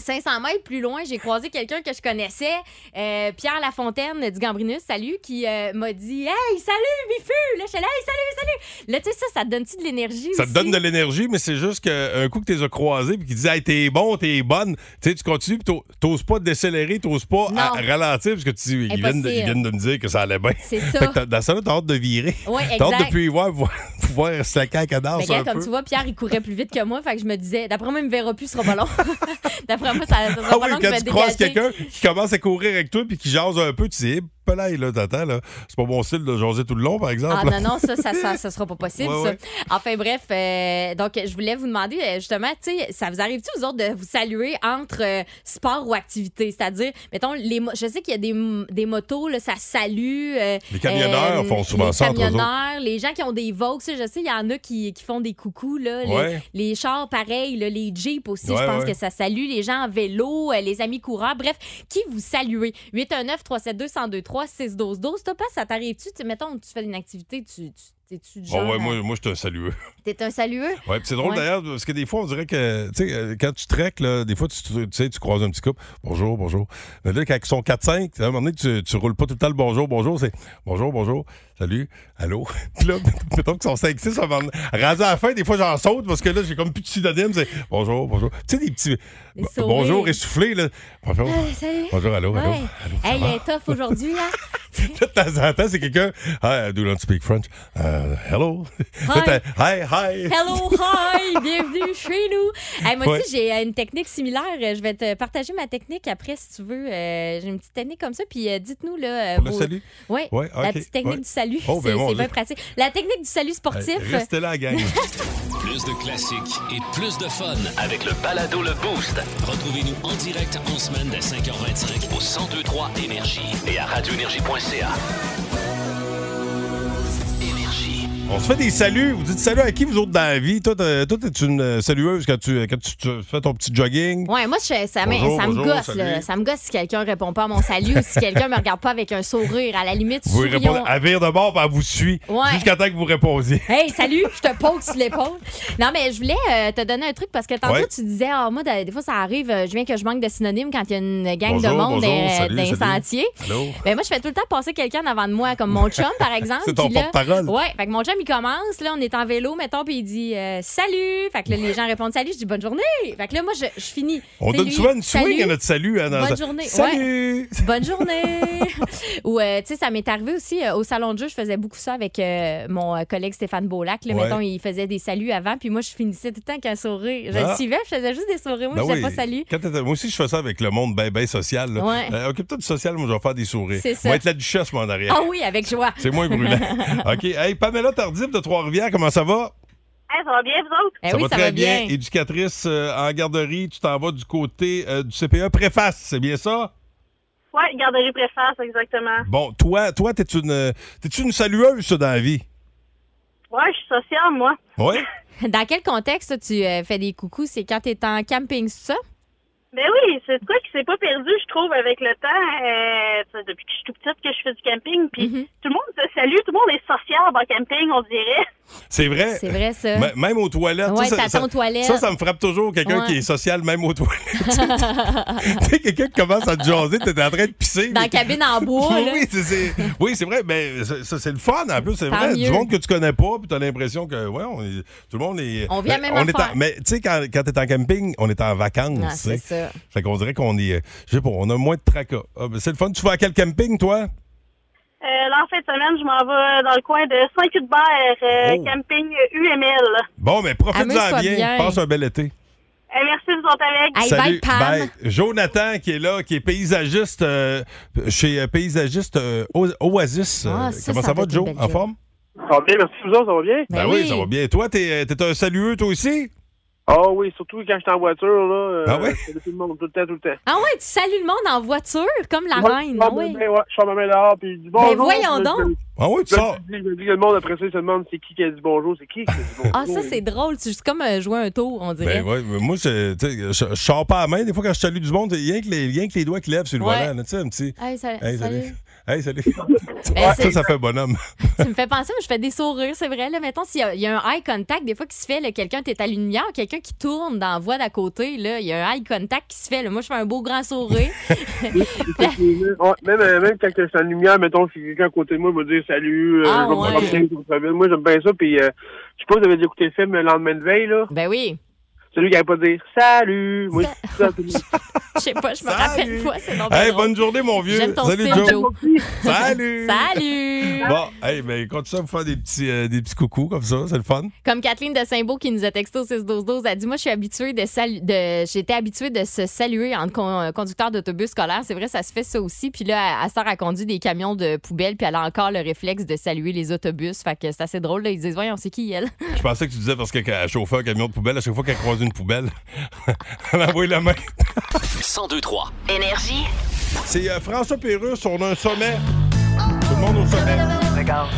Speaker 6: 500 mètres plus loin, j'ai croisé quelqu'un que je connaissais, euh, Pierre Lafontaine du Gambrinus, salut, qui euh, m'a dit Hey, salut, Bifu! Là, je suis là, Hey, salut, salut! Là, tu sais, ça, ça te donne-tu de l'énergie
Speaker 1: Ça te
Speaker 6: aussi?
Speaker 1: donne de l'énergie, mais c'est juste qu'un coup que tu les as croisés puis qu'ils disent Hey, t'es bon, t'es bonne, tu sais, tu continues puis t'o- t'oses pas te décélérer, t'oses pas à-
Speaker 6: Non.
Speaker 1: ralentir parce que tu dis, ils viennent, de,
Speaker 6: Impossible.
Speaker 1: ils viennent de me dire que ça allait bien.
Speaker 6: C'est ça.
Speaker 1: Fait que t'as- dans ça, là, t'as hâte de virer.
Speaker 6: Ouais,
Speaker 1: T'as hâte
Speaker 6: exact.
Speaker 1: de plus y voir, voir, voir slacker la cadence
Speaker 6: Mais gars,
Speaker 1: un
Speaker 6: comme
Speaker 1: peu.
Speaker 6: tu vois, Pierre, il courait plus vite que moi, fait que je me disais, d'après moi, il me verra plus, ce sera pas long. d'après moi, ça, ça sera
Speaker 1: Ah
Speaker 6: pas
Speaker 1: oui,
Speaker 6: long que je
Speaker 1: quand
Speaker 6: vais
Speaker 1: tu croises
Speaker 6: dégager.
Speaker 1: quelqu'un qui commence à courir avec toi puis qui jase un peu, tu dis, Eh, pelaille, là, t'attends, là. C'est pas mon style de jaser tout le long, par exemple.
Speaker 6: Ah non, non, ça, ça, ça, ça sera pas possible,
Speaker 1: Ouais,
Speaker 6: ça.
Speaker 1: ouais.
Speaker 6: Enfin, bref, euh, donc, je voulais vous demander, euh, justement, tu sais, ça vous arrive-tu, vous autres, de vous saluer entre euh, sport ou activité? C'est-à-dire, mettons, les mo- je sais qu'il y a des, m- des motos, là, ça salue. euh,
Speaker 1: Les camionneurs font souvent
Speaker 6: les
Speaker 1: ça entre eux autres.
Speaker 6: camionneurs, les gens qui ont des Vaux, je sais, il y en a qui, qui font des coucous, là. les-
Speaker 1: Ouais.
Speaker 6: Les, chars, pareil, là, les Jeeps aussi, je
Speaker 1: Ouais,
Speaker 6: pense
Speaker 1: ouais.
Speaker 6: que ça salue. Les gens en vélo, euh, les amis coureurs, bref, qui vous saluez? 819 372 1023 6 12 12 Toi, pas ça t'arrive-tu? Tu- Mettons, tu fais une activité, tu... tu T'es-tu du
Speaker 1: Bon,
Speaker 6: genre
Speaker 1: ouais,
Speaker 6: à-
Speaker 1: moi, moi, je te salue.
Speaker 6: T'es un salueux?
Speaker 1: Ouais, puis c'est drôle
Speaker 6: Ouais.
Speaker 1: d'ailleurs, parce que des fois, on dirait que, tu sais, euh, quand tu trek, là, des fois, tu, tu- tu sais, tu croises un petit couple, bonjour, bonjour. Mais là, quand ils sont 4-5, à un moment donné, tu, tu roules pas tout le temps le bonjour, bonjour, c'est bonjour, bonjour, salut, allô. Puis là, mettons qu'ils sont 5-6, à un moment donné, rendu à la fin, des fois, j'en saute, parce que là, j'ai comme plus de synonymes, c'est bonjour, bonjour. Tu sais, des petits.
Speaker 6: Des
Speaker 1: bo-
Speaker 6: sourires.
Speaker 1: bonjour essoufflé, là. Bonjour.
Speaker 6: Ah, salut.
Speaker 1: Bonjour, allô, allô.
Speaker 6: Ouais. Hey, il est tough aujourd'hui, hein?
Speaker 1: Là, de temps en temps, c'est quelqu'un, hi, I do not speak French. Euh, hello.
Speaker 6: Hi.
Speaker 1: Là, t'as- hi, hi.
Speaker 6: Hello, hi! Bienvenue chez nous! Hey, moi
Speaker 1: Ouais.
Speaker 6: aussi, j'ai euh, une technique similaire. Euh, Je vais te partager ma technique après, si tu veux. Euh, j'ai une petite technique comme ça, puis euh, dites-nous. là. euh,
Speaker 1: Pour le
Speaker 6: vos-
Speaker 1: salut?
Speaker 6: Oui,
Speaker 1: Ouais,
Speaker 6: la
Speaker 1: ok,
Speaker 6: petite technique
Speaker 1: ouais.
Speaker 6: du salut.
Speaker 1: Oh, ben
Speaker 6: c'est
Speaker 1: mon
Speaker 6: c'est
Speaker 1: Dieu.
Speaker 6: bien pratique. La technique du salut sportif.
Speaker 2: Hey, restez
Speaker 1: là, gang.
Speaker 2: Plus de classiques et plus de fun avec le balado Le Boost. Retrouvez-nous en direct en semaine dès 5h25 au 1023 Énergie et à radioénergie.ca.
Speaker 1: On se fait des saluts. Vous dites salut à qui, vous autres, dans la vie? Toi, t'es toi, t'es une euh, salueuse quand tu, quand tu, tu fais ton petit jogging.
Speaker 6: euh, Ouais, moi, je- ça, m'in-
Speaker 1: Bonjour,
Speaker 6: ça me
Speaker 1: bonjour,
Speaker 6: gosse.
Speaker 1: salut.
Speaker 6: là. Ça me gosse si quelqu'un répond pas à mon salut ou si quelqu'un me regarde pas avec un sourire. À la limite,
Speaker 1: Vous pouvez
Speaker 6: sourions.
Speaker 1: répondre à vire de bord, puis elle vous suit.
Speaker 6: Ouais.
Speaker 1: Jusqu'à temps que vous répondiez.
Speaker 6: Hey, salut, je te pose sur l'épaule. Non, mais je voulais euh, te donner un truc parce que tantôt,
Speaker 1: Ouais.
Speaker 6: tu disais, ah, moi, des des fois, ça arrive, euh, je viens que je manque de synonymes quand il y a une gang
Speaker 1: Bonjour,
Speaker 6: de monde
Speaker 1: bonjour,
Speaker 6: euh,
Speaker 1: salut,
Speaker 6: d'un
Speaker 1: salut.
Speaker 6: sentier.
Speaker 1: Allô?
Speaker 6: Ben, moi, je fais tout le temps passer quelqu'un en avant de moi, comme mon chum, par exemple.
Speaker 1: C'est ton
Speaker 6: puis là-
Speaker 1: porte-parole.
Speaker 6: Ouais, fait que mon chum, il commence, là, on est en vélo, mettons, puis il dit, euh, salut. Fait que là, les gens répondent, salut, je dis, bonne journée. Fait que là, moi, je, je finis.
Speaker 1: On
Speaker 6: C'est
Speaker 1: donne
Speaker 6: lui,
Speaker 1: souvent une swing
Speaker 6: salut.
Speaker 1: à notre salut. hein, dans-
Speaker 6: Bonne journée.
Speaker 1: Salut!
Speaker 6: Ouais. Bonne journée. Ou, euh, tu sais, ça m'est arrivé aussi euh, au salon de jeu. Je faisais beaucoup ça avec euh, mon euh, collègue Stéphane Beaulac. Là,
Speaker 1: Ouais.
Speaker 6: Mettons, il faisait des saluts avant, puis moi, je finissais tout le temps avec un sourire. Je
Speaker 1: Ah.
Speaker 6: le suivais, je faisais juste des sourires. Moi,
Speaker 1: Ben
Speaker 6: je disais
Speaker 1: oui.
Speaker 6: pas salut.
Speaker 1: Quand t'étais- moi aussi, je fais ça avec le monde ben, ben social. là.
Speaker 6: Ouais.
Speaker 1: Euh, Occupe-toi du social, moi, je vais faire des sourires.
Speaker 6: C'est ça.
Speaker 1: Moi, être la duchesse, moi, en arrière.
Speaker 6: Ah oui, avec joie.
Speaker 1: C'est moins brûlant. OK. Hey, Pamela Tardif de Trois-Rivières, comment ça va?
Speaker 11: Hey, ça va bien, vous autres?
Speaker 6: Eh Ben
Speaker 1: ça va très bien. Éducatrice euh, en garderie, tu t'en vas du côté euh, du CPE. Préface, c'est bien ça?
Speaker 11: Ouais, garderie préface, exactement.
Speaker 1: Bon, toi, toi, t'es une, euh, t'es une salueuse ça, dans la vie.
Speaker 6: Ouais, je suis sociale, moi.
Speaker 1: Oui.
Speaker 6: Dans quel contexte toi, tu euh, fais des coucous? C'est quand tu es en camping, c'est ça?
Speaker 11: Ben oui, c'est de quoi qui s'est pas perdu, je trouve, avec le temps. Euh, tu sais,
Speaker 6: Mhm.
Speaker 11: depuis que je suis tout petite que je fais du camping, puis tout le monde se salue, tout le monde est sociable en camping, on dirait.
Speaker 1: C'est vrai.
Speaker 6: C'est vrai, ça.
Speaker 1: M- même aux toilettes.
Speaker 6: Ouais,
Speaker 1: Eh, ben, ah, ça, ça,
Speaker 6: t'attends
Speaker 1: ça-
Speaker 6: aux toilettes.
Speaker 1: Ça, ça me frappe toujours, quelqu'un
Speaker 6: Ouais.
Speaker 1: qui est social, même aux toilettes. Tu sais, quelqu'un qui commence à te jaser, t'es en train de pisser.
Speaker 6: Dans
Speaker 1: mais-
Speaker 6: la cabine en bois, là.
Speaker 1: oui, c'est- c'est oui, c'est vrai, mais ça, ça, c'est le fun en plus, c'est
Speaker 6: Tant
Speaker 1: vrai. Du
Speaker 6: mieux.
Speaker 1: monde que tu connais pas, puis t'as l'impression que ouais, on est- tout le monde est.
Speaker 6: On vit la
Speaker 1: mais
Speaker 6: même
Speaker 1: on est en-
Speaker 6: affaire.
Speaker 1: Mais tu sais, quand, quand t'es en camping, on est en vacances.
Speaker 6: Ah,
Speaker 1: tu
Speaker 6: c'est
Speaker 1: sais.
Speaker 6: ça.
Speaker 1: Fait qu'on dirait qu'on est. euh, Je sais pas, on a moins de tracas. Ah, ben, c'est le fun. Tu vas à quel camping, toi?
Speaker 11: Euh, là, en fin de semaine, je m'en vais dans le coin de Saint-Hubert, euh,
Speaker 1: Oh.
Speaker 11: camping UML.
Speaker 1: Bon, mais profite-en
Speaker 11: Amuse-toi
Speaker 1: bien.
Speaker 11: bien.
Speaker 1: Passe un bel été.
Speaker 11: Euh, merci, vous êtes
Speaker 1: Salut.
Speaker 11: avec.
Speaker 1: Bye. Jonathan qui est là, qui est paysagiste euh, chez euh, Paysagiste euh, O- Oasis.
Speaker 11: Ah,
Speaker 1: Euh,
Speaker 11: ça,
Speaker 1: Comment
Speaker 11: ça
Speaker 1: ça
Speaker 11: doit
Speaker 1: va,
Speaker 11: être
Speaker 1: Joe?
Speaker 11: une belle
Speaker 1: En
Speaker 11: job.
Speaker 1: forme?
Speaker 12: Ça va bien, merci vous autres, ça va bien?
Speaker 1: Ben, oui, ça va bien. Toi, t'es, euh, t'es un salueux, toi aussi?
Speaker 12: Ah oui, surtout quand j'étais en voiture, là. euh,
Speaker 1: Ah ouais?
Speaker 12: c'est tout le monde, tout le temps, tout le temps.
Speaker 6: Ah ouais, tu salues le monde en voiture, comme la
Speaker 12: Moi,
Speaker 6: reine.
Speaker 12: je sors
Speaker 6: ah
Speaker 12: ma
Speaker 6: ouais.
Speaker 12: main, ouais, je sors ma main dehors, puis je dis
Speaker 6: Ben
Speaker 12: bonjour.
Speaker 6: voyons
Speaker 12: Là,
Speaker 6: donc.
Speaker 12: je-
Speaker 1: Ah oui, tu
Speaker 12: là,
Speaker 1: sors.
Speaker 12: Je dis, je dis que le monde après ça, il se demande c'est qui qui a dit bonjour, c'est qui qui a dit bonjour.
Speaker 6: Ah, ça, c'est drôle. C'est juste comme euh, jouer un tour, on dirait.
Speaker 1: Ben ouais, mais moi, c'est- tu sais, je je sors pas à main. Des fois, quand je salue du monde, rien que les, rien que les doigts qui lèvent sur le
Speaker 6: Ouais.
Speaker 1: volant. là, Tu sais, un petit.
Speaker 6: Hey, salut- salut.
Speaker 1: Hey, salut.
Speaker 6: Ben,
Speaker 1: ça,
Speaker 6: c'est-
Speaker 1: ça fait bonhomme.
Speaker 6: tu me fais penser, moi, je fais des sourires, c'est vrai. Là, mettons, s'il y, a- il y a un eye contact, des fois, qui se fait, là, quelqu'un, t'es à la lumière, quelqu'un qui tourne dans la voie d'à côté, là, il y a un eye contact qui se fait. là. Moi, je fais un beau grand sourire.
Speaker 12: Ouais, même, euh, même quand c'est en lumière, mettons, si quelqu'un à côté de moi me dit salut, euh,
Speaker 6: Ah,
Speaker 12: je vais me
Speaker 6: ouais.
Speaker 12: promener sur la ville. Moi, j'aime bien ça, puis euh, je sais pas, vous avez déjà écouté le film euh, le lendemain de veille, là.
Speaker 6: Ben oui.
Speaker 12: Celui qui n'avait pas dire salut. Moi, je dis ça, tout le monde.
Speaker 6: Je sais pas, je me rappelle pas. C'est Ah, ben non
Speaker 1: Hey,
Speaker 6: drôle.
Speaker 1: bonne journée, mon vieux.
Speaker 6: J'aime ton
Speaker 1: Salut,
Speaker 6: style,
Speaker 1: Joe.
Speaker 6: Joe.
Speaker 1: Salut.
Speaker 6: Salut.
Speaker 1: Bon, hey, ben, continue à me faire des petits, euh, des petits coucous comme ça. C'est le fun.
Speaker 6: Comme Kathleen de Saint-Beau qui nous a texté au 6-12-12, elle dit Moi, je suis habituée de salu- de- J'étais habituée de se saluer entre con- conducteurs d'autobus scolaires. C'est vrai, ça se fait ça aussi. Puis là, elle sort à conduire des camions de poubelle, puis elle a encore le réflexe de saluer les autobus. Fait que c'est assez drôle. Là. Ils disent Voyons, c'est qui elle
Speaker 1: Je pensais que tu disais parce que quand elle chauffait un camion de poubelle, à chaque fois qu'elle croise une poubelle, elle envoie la main.
Speaker 2: 1023.
Speaker 13: Énergie.
Speaker 1: C'est euh, François Pérusse, on a un sommet. Tout le monde au sommet.
Speaker 4: D'accord.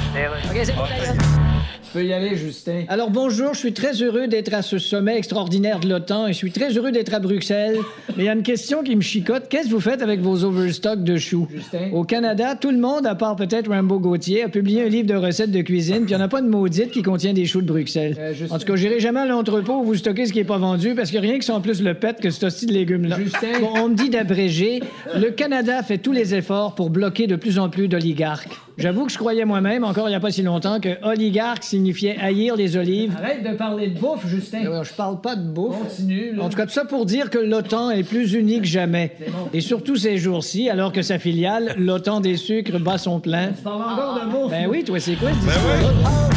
Speaker 9: Tu peux y aller, Justin. Alors bonjour, je suis très heureux d'être à ce sommet extraordinaire de l'OTAN et je suis très heureux d'être à Bruxelles. Mais il y a une question qui me chicote. Qu'est-ce que vous faites avec vos overstocks de choux? Justin. Au Canada, tout le monde, à part peut-être Rambo Gauthier, a publié un livre de recettes de cuisine, puis il n'y en a pas de maudite qui contient des choux de Bruxelles. en tout cas, j'irai jamais à l'entrepôt où vous stockez ce qui n'est pas vendu parce que rien qui sont plus le pet que ce hostie de légumes-là.
Speaker 5: Justin.
Speaker 9: Bon, on me dit d'abréger. Le Canada fait tous les efforts pour bloquer de plus en plus d'oligarques. J'avoue que je croyais moi-même, encore il n'y a pas si longtemps, que oligarque signifiait haïr les olives. Arrête de parler de bouffe, Justin. je parle pas de bouffe. Continue. En tout cas, tout ça pour dire que l'OTAN est plus unie que jamais. Et surtout ces jours-ci, alors que sa filiale, l'OTAN des sucres, bat son plein. Tu parles encore de bouffe. Ben oui, toi, c'est quoi cette histoire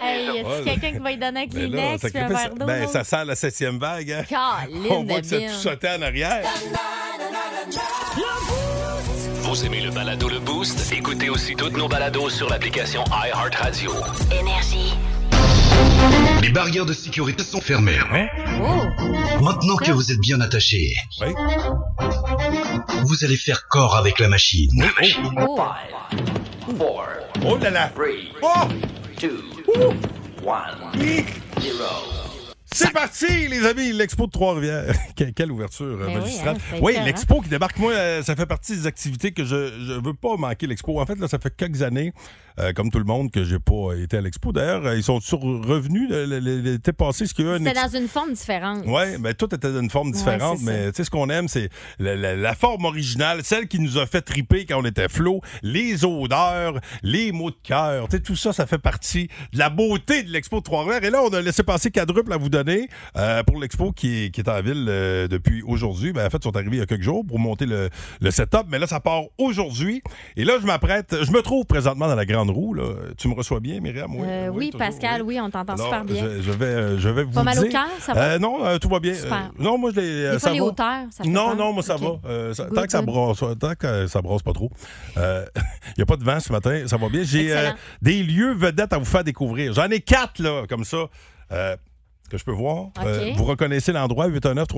Speaker 6: Hey, y a-tu
Speaker 1: Ouais.
Speaker 6: quelqu'un qui va lui donner un
Speaker 1: Ben là,
Speaker 6: Kleenex euh,
Speaker 1: ça,
Speaker 6: puis un
Speaker 1: crée-
Speaker 6: verre d'eau
Speaker 1: ben,
Speaker 6: non?
Speaker 1: ça sent la septième vague. hein.
Speaker 6: Caline
Speaker 1: On voit que ça
Speaker 6: de
Speaker 1: tout
Speaker 6: mine.
Speaker 1: sautait en arrière.
Speaker 2: Vous aimez le balado Le Boost? Écoutez aussi toutes nos balados sur l'application iHeartRadio.
Speaker 13: Énergie.
Speaker 14: Les barrières de sécurité sont fermées. Maintenant que vous êtes bien attaché, vous allez faire corps avec la machine.
Speaker 1: Oh là là! Oh! Hi! C'est parti, les amis! L'expo de Trois-Rivières. Que- Quelle ouverture euh,
Speaker 2: Ben oui,
Speaker 1: magistrale.
Speaker 2: hein, c'est
Speaker 1: Oui,
Speaker 2: écœurant.
Speaker 1: l'expo qui débarque, moi, euh, ça fait partie des activités que je ne veux pas manquer. L'expo, en fait, là, ça fait quelques années, euh, comme tout le monde, que j'ai pas été à l'expo. D'ailleurs, euh, ils sont sur- revenus euh, le- le- l'été passé, ce qu'il y a eu un
Speaker 6: C'était dans une forme différente.
Speaker 1: oui, mais ben, tout était d'une forme différente,
Speaker 6: c'est ça.
Speaker 1: mais tu sais, ce qu'on aime, c'est la, la- la forme originale, celle qui nous a fait triper quand on était flot, les odeurs, les mots de cœur, tu sais, tout ça, ça fait partie de la beauté de l'Expo de Trois-Rivières. Et là, on a laissé passer quadruple à vous donner euh, pour l'Expo qui est, qui est en ville euh, depuis aujourd'hui. Ben, en fait, ils sont arrivés il y a quelques jours pour monter le, le setup, mais là, ça part aujourd'hui. Et là, je m'apprête, je me trouve présentement dans la grande roue, là. Tu me reçois bien, Myriam? Oui.
Speaker 6: Euh, oui, Pascal, oui, on t'entend
Speaker 1: Alors,
Speaker 6: super bien.
Speaker 1: Je, je vais, euh, je vais vous
Speaker 6: Pas mal au
Speaker 1: dire-
Speaker 6: cœur, ça va?
Speaker 1: Euh, non, euh, tout va bien.
Speaker 6: Super.
Speaker 1: Euh, non, moi, je l'ai. euh,
Speaker 6: Des fois,
Speaker 1: ça
Speaker 6: les
Speaker 1: va.
Speaker 6: hauteurs, ça fait
Speaker 1: Non,
Speaker 6: peur.
Speaker 1: non, moi, ça
Speaker 6: Ok.
Speaker 1: va. Euh, ça-
Speaker 6: Good,
Speaker 1: tant, que ça
Speaker 6: good.
Speaker 1: brasse, tant que euh, ça brasse pas trop. Il n'y a pas de vent ce matin, ça va bien. J'ai euh,
Speaker 6: Excellent.
Speaker 1: des lieux vedettes à vous faire découvrir. J'en ai quatre, là, comme ça. euh, que je peux voir. Euh, vous reconnaissez l'endroit,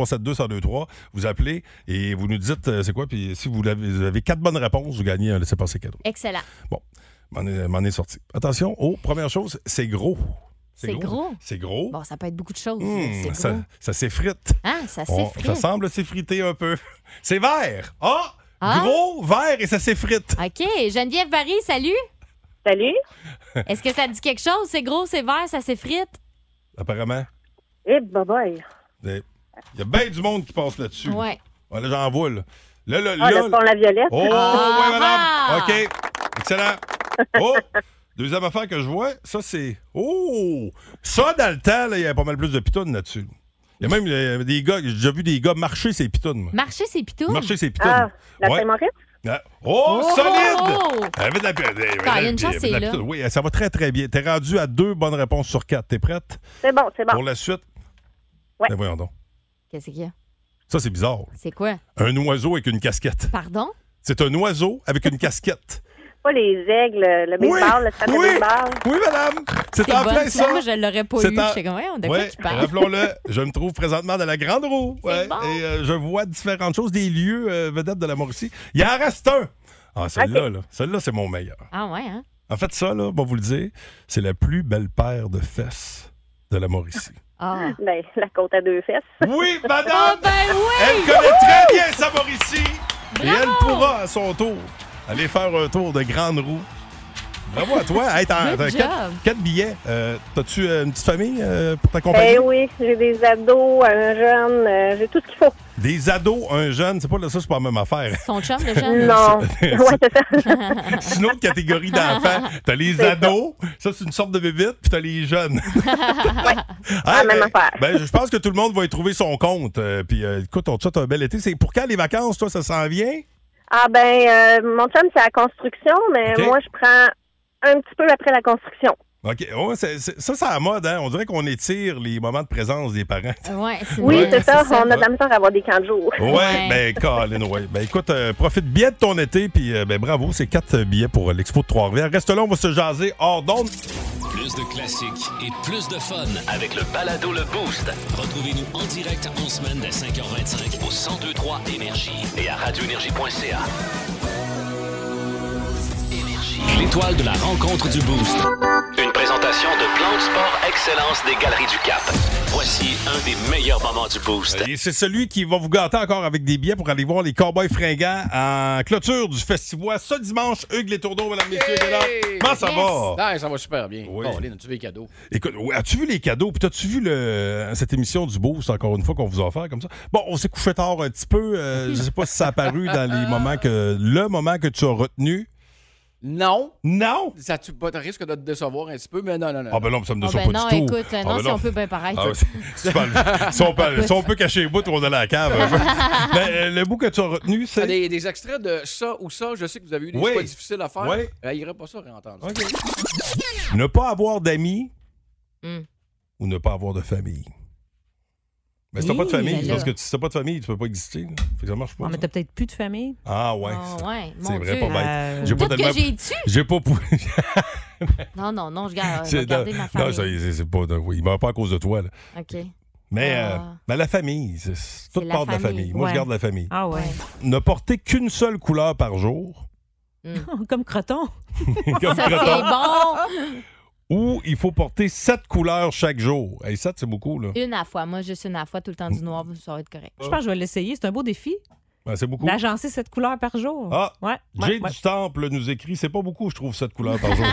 Speaker 1: 819-372-1023. Vous appelez et vous nous dites euh, c'est quoi. Puis si vous l'avez- vous avez quatre bonnes réponses, vous gagnez un laissez-passer cadeau.
Speaker 6: Excellent.
Speaker 1: Bon, m'en est, m'en est sorti. Attention, oh, première chose, c'est gros.
Speaker 6: C'est gros?
Speaker 1: C'est gros.
Speaker 6: Bon, ça peut être beaucoup de choses.
Speaker 1: Hmm,
Speaker 6: c'est
Speaker 1: ça,
Speaker 6: gros.
Speaker 1: ça s'effrite.
Speaker 6: Ah, ça
Speaker 1: On-
Speaker 6: s'effrite.
Speaker 1: Ça semble s'effriter un peu. C'est vert. Ah!
Speaker 6: Ah!
Speaker 1: Gros, vert et ça s'effrite.
Speaker 6: OK. Geneviève Barry, salut.
Speaker 11: Salut.
Speaker 6: Est-ce que ça dit quelque chose? C'est gros, c'est vert, ça s'effrite?
Speaker 1: Apparemment,
Speaker 11: Eh, bye bye.
Speaker 1: il y a bien du monde qui passe là-dessus.
Speaker 6: Ouais.
Speaker 1: Ouais, là, j'en vois, là. Là, là,
Speaker 11: Ah,
Speaker 1: là,
Speaker 11: le pont La Violette.
Speaker 1: Oh,
Speaker 11: Ah,
Speaker 1: ouais, madame.
Speaker 11: ah.
Speaker 1: OK. Excellent. Oh, deuxième affaire que je vois, ça, c'est. Oh! Ça, dans le temps, là, il y avait pas mal plus de pitounes là-dessus. Il y a même euh, des gars, j'ai déjà vu des gars marcher ces pitounes. moi.
Speaker 6: Marcher, c'est pitou.
Speaker 1: Marcher ces pitounes.
Speaker 11: Ah, la
Speaker 1: Ouais.
Speaker 11: Saint-Maurice?
Speaker 1: Ah. Oh,
Speaker 6: Oh!
Speaker 1: solide! Il y avait de la,
Speaker 6: il y a une chance, c'est là.
Speaker 1: pitoune. Oui, ça va très, très bien. T'es rendu à deux bonnes réponses sur quatre. T'es prête?
Speaker 11: C'est bon, c'est
Speaker 1: Pour
Speaker 11: bon.
Speaker 1: la suite?
Speaker 11: Ouais.
Speaker 1: Ben, voyons donc.
Speaker 6: Qu'est-ce qu'il y a?
Speaker 1: Ça, c'est bizarre.
Speaker 6: C'est quoi?
Speaker 1: Un oiseau avec une casquette.
Speaker 6: Pardon?
Speaker 1: C'est un oiseau avec une casquette.
Speaker 11: Pas les aigles, le baseball, le stade de
Speaker 1: oui,
Speaker 11: baseball.
Speaker 1: Oui, madame. C'est
Speaker 6: T'es
Speaker 1: en
Speaker 6: bonne,
Speaker 1: plein ça.
Speaker 6: ça, moi, je l'aurais pas
Speaker 1: C'est
Speaker 6: eu. J'étais comme, voyons, de quoi
Speaker 1: Ouais,
Speaker 6: tu parles?
Speaker 1: Rappelons-le, je me trouve présentement dans la grande roue. Ouais, Et euh, je vois différentes choses, des lieux euh, vedettes de la Mauricie. Il en reste un. Ah, celui-là, là. celui-là, c'est mon meilleur.
Speaker 6: Ah ouais, hein?
Speaker 1: En fait, ça, là, va vous le dire, c'est la plus belle paire de fesses de la Mauricie. Ah!
Speaker 11: Ben, la côte à deux fesses.
Speaker 1: Oui, madame! Ah,
Speaker 6: Ah. ben oui!
Speaker 1: Elle connaît très bien sa Mauricie et elle pourra, à son tour, aller faire un tour de grande roue. Bravo à toi. Hey, t'as-
Speaker 11: Good
Speaker 1: t'as
Speaker 11: job.
Speaker 1: quatre, quatre billets. Euh, T'as-tu euh, une petite famille euh, pour t'accompagner?
Speaker 11: Ben oui, j'ai des ados, un jeune, euh, j'ai tout ce qu'il faut.
Speaker 1: Des ados, un jeune, c'est pas ça, c'est pas la même affaire.
Speaker 6: Son chum, le jeune?
Speaker 11: Non. Ouais, c'est ça.
Speaker 1: C'est une autre catégorie d'enfants. T'as les ados, ça c'est une sorte de bébite, puis t'as les jeunes. Ah, ben, ben, je pense que tout le monde va y trouver son compte. Euh, puis euh, écoute, on te souhaite un bel été. C'est pour quand les vacances, toi, ça s'en vient?
Speaker 11: Ah ben, euh, mon chum, c'est la construction, mais
Speaker 1: OK.
Speaker 11: moi, je prends un petit peu après la construction.
Speaker 1: OK. Oh, Ouais, c'est- c'est- ça, c'est à la mode, hein? On dirait qu'on étire les moments de présence des parents.
Speaker 6: Ouais, c'est
Speaker 11: Oui,
Speaker 1: Ouais,
Speaker 11: c'est ça,
Speaker 1: c'est ça.
Speaker 11: on a de la misère à avoir des camps de jour.
Speaker 1: Ouais, ben, Colin, ouais. Ben, écoute, euh, profite bien de ton été, puis euh, ben, bravo, c'est quatre euh, billets pour euh, l'Expo de Trois-Rivières. Reste là, on va se jaser hors d'onde.
Speaker 2: Plus de classiques et plus de fun avec le balado Le Boost. Retrouvez-nous en direct en semaine dès 5h25 au 1023 Énergie et à radioénergie.ca. L'étoile de la rencontre du Boost. Une présentation de Plan de Sport Excellence des Galeries du Cap. Voici un des meilleurs moments du Boost.
Speaker 1: Et c'est celui qui va vous gâter encore avec des billets pour aller voir les Cowboys fringants en clôture du festival ce dimanche. Hugues Les Tourneaux, mesdames, messieurs, est là. Comment ça va?
Speaker 13: Ah, ça va super bien. Colin, as-tu vu les cadeaux?
Speaker 1: Écoute, ouais, as-tu vu les cadeaux? Puis t'as-tu vu le, euh, cette émission du Boost, encore une fois, qu'on vous a offert comme ça? Bon, on s'est couché tard un petit peu. euh, je sais pas si ça a apparu dans les moments que. Le moment que tu as retenu.
Speaker 13: Non.
Speaker 1: Non.
Speaker 13: Ça tu pas, t'as risque de te décevoir un petit peu, mais non, non, non.
Speaker 1: Ah, ben non, ça me
Speaker 6: Ah,
Speaker 1: déçoit
Speaker 6: ben
Speaker 1: pas
Speaker 6: non,
Speaker 1: du tout.
Speaker 6: écoute,
Speaker 1: Ah,
Speaker 6: non,
Speaker 1: ben
Speaker 6: si on peut bien pareil.
Speaker 1: Ah, ouais, si- si on- si on peut- si on peut cacher les bouts, on est à la cave. Ben, euh, le bout que tu as retenu,
Speaker 14: ben.
Speaker 1: c'est.
Speaker 13: Des, des extraits de ça ou ça, je sais que vous avez eu des
Speaker 1: Oui.
Speaker 13: choix difficiles à faire.
Speaker 1: Oui.
Speaker 13: Elle irait pas ça réentendre. ça.
Speaker 1: Ne pas avoir d'amis
Speaker 6: Hmm.
Speaker 1: ou ne pas avoir de famille. Mais si t'as
Speaker 7: Hi,
Speaker 1: pas de famille,
Speaker 7: ben
Speaker 1: c'est
Speaker 7: là.
Speaker 1: parce que si t'as pas de famille, tu peux pas exister. là. Fait que ça marche pas.
Speaker 7: Ah, mais
Speaker 1: ça.
Speaker 7: t'as peut-être plus de famille.
Speaker 1: Ah ouais.
Speaker 7: Ah
Speaker 1: ça.
Speaker 7: ouais, mon
Speaker 1: c'est vrai,
Speaker 7: Dieu.
Speaker 1: pas bête.
Speaker 7: Euh,
Speaker 1: J'ai pas
Speaker 6: hein. Tout
Speaker 1: tellement-
Speaker 6: que j'ai dessus?
Speaker 1: J'ai pas pou-
Speaker 6: Non, non, non, je garde.
Speaker 1: C'est-
Speaker 6: Regardez
Speaker 1: non,
Speaker 6: ma
Speaker 1: non, ça,
Speaker 6: famille.
Speaker 1: c'est- c'est pas. oui, il meurt pas à cause de toi. là.
Speaker 6: OK.
Speaker 1: Mais euh,
Speaker 6: Ah.
Speaker 1: ben, la famille, c'est- c'est toute
Speaker 6: la
Speaker 1: part de la
Speaker 6: famille.
Speaker 1: famille. Moi,
Speaker 6: Ouais.
Speaker 1: je garde la famille.
Speaker 7: Ah ouais.
Speaker 1: Ne porter qu'une seule couleur par jour.
Speaker 7: Comme croton.
Speaker 1: Comme
Speaker 7: Ça, c'est
Speaker 1: Creton.
Speaker 6: Hmm. bon.
Speaker 1: Ou il faut porter sept couleurs chaque jour. Et sept, c'est beaucoup, là.
Speaker 6: Une à la fois. Moi, juste une à la fois, tout le temps du noir, ça va être correct.
Speaker 7: Je pense que je vais l'essayer. C'est un beau défi
Speaker 1: Ben, c'est beaucoup.
Speaker 7: d'agencer cette couleur par jour.
Speaker 1: Ah,
Speaker 7: Ouais, ouais,
Speaker 1: Jay
Speaker 7: ouais.
Speaker 1: du Temple nous écrit, c'est pas beaucoup, je trouve, cette couleur par jour.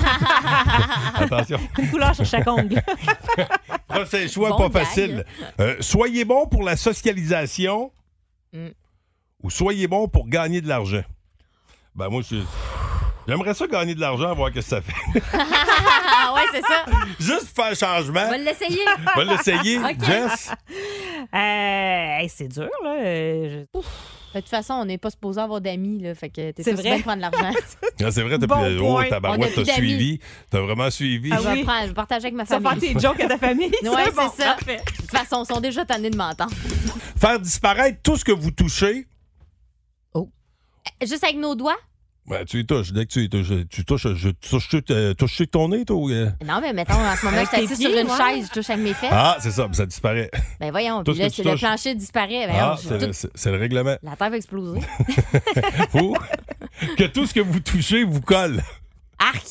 Speaker 1: Attention.
Speaker 7: Une couleur sur chaque ongle.
Speaker 1: Prochain choix,
Speaker 7: Bon
Speaker 1: pas
Speaker 7: gag.
Speaker 1: facile. Euh, soyez bon pour la socialisation
Speaker 6: Mm.
Speaker 1: ou soyez bon pour gagner de l'argent. Ben, moi, je- J'aimerais ça gagner de l'argent, voir ce que ça fait.
Speaker 7: Ah,
Speaker 6: ouais, c'est ça.
Speaker 1: Juste faire un
Speaker 6: On
Speaker 1: changement.
Speaker 6: va l'essayer.
Speaker 1: On va l'essayer. Jess?
Speaker 7: Euh, hey, c'est dur, là. Euh, je-
Speaker 6: De toute façon, on n'est pas supposé avoir d'amis, là. Fait que t'es
Speaker 7: C'est
Speaker 6: tous
Speaker 7: vrai.
Speaker 6: bien de prendre l'argent.
Speaker 1: Ah, c'est vrai, t'as
Speaker 7: Bon
Speaker 1: plus-
Speaker 7: point.
Speaker 1: Oh,
Speaker 6: On a
Speaker 1: tabarouette,
Speaker 6: plus
Speaker 1: t'as
Speaker 6: d'amis.
Speaker 1: suivi. T'as vraiment suivi.
Speaker 6: je, vais prendre- je vais partager avec ma
Speaker 7: Ah Ça
Speaker 6: famille.
Speaker 7: va faire tes jokes à ta famille.
Speaker 6: Ouais, c'est ça. De toute façon, ils sont déjà tannés de m'entendre.
Speaker 1: Faire disparaître tout ce que vous touchez.
Speaker 6: Euh, Juste avec nos doigts?
Speaker 1: Ben, tu y touches. Dès que tu y touches, tu touches, je touche, tu euh, touches ton nez, toi? ou, euh?
Speaker 6: Non, mais mettons, en ce moment,
Speaker 7: Avec
Speaker 6: je suis assise
Speaker 7: tes
Speaker 6: sur
Speaker 7: pieds,
Speaker 6: une
Speaker 7: ouais.
Speaker 6: chaise, je touche avec mes fesses.
Speaker 1: Ah, c'est ça, ça disparaît.
Speaker 6: Ben voyons,
Speaker 1: Tout
Speaker 6: puis
Speaker 1: ce
Speaker 6: là,
Speaker 1: que tu
Speaker 6: c'est le
Speaker 1: touches.
Speaker 6: plancher disparaît. Ben,
Speaker 1: Ah,
Speaker 6: alors, je-
Speaker 1: c'est le-
Speaker 6: tout-
Speaker 1: c'est c'est le règlement.
Speaker 6: La terre va exploser.
Speaker 1: Ou que tout ce que vous touchez vous colle.
Speaker 6: Arc!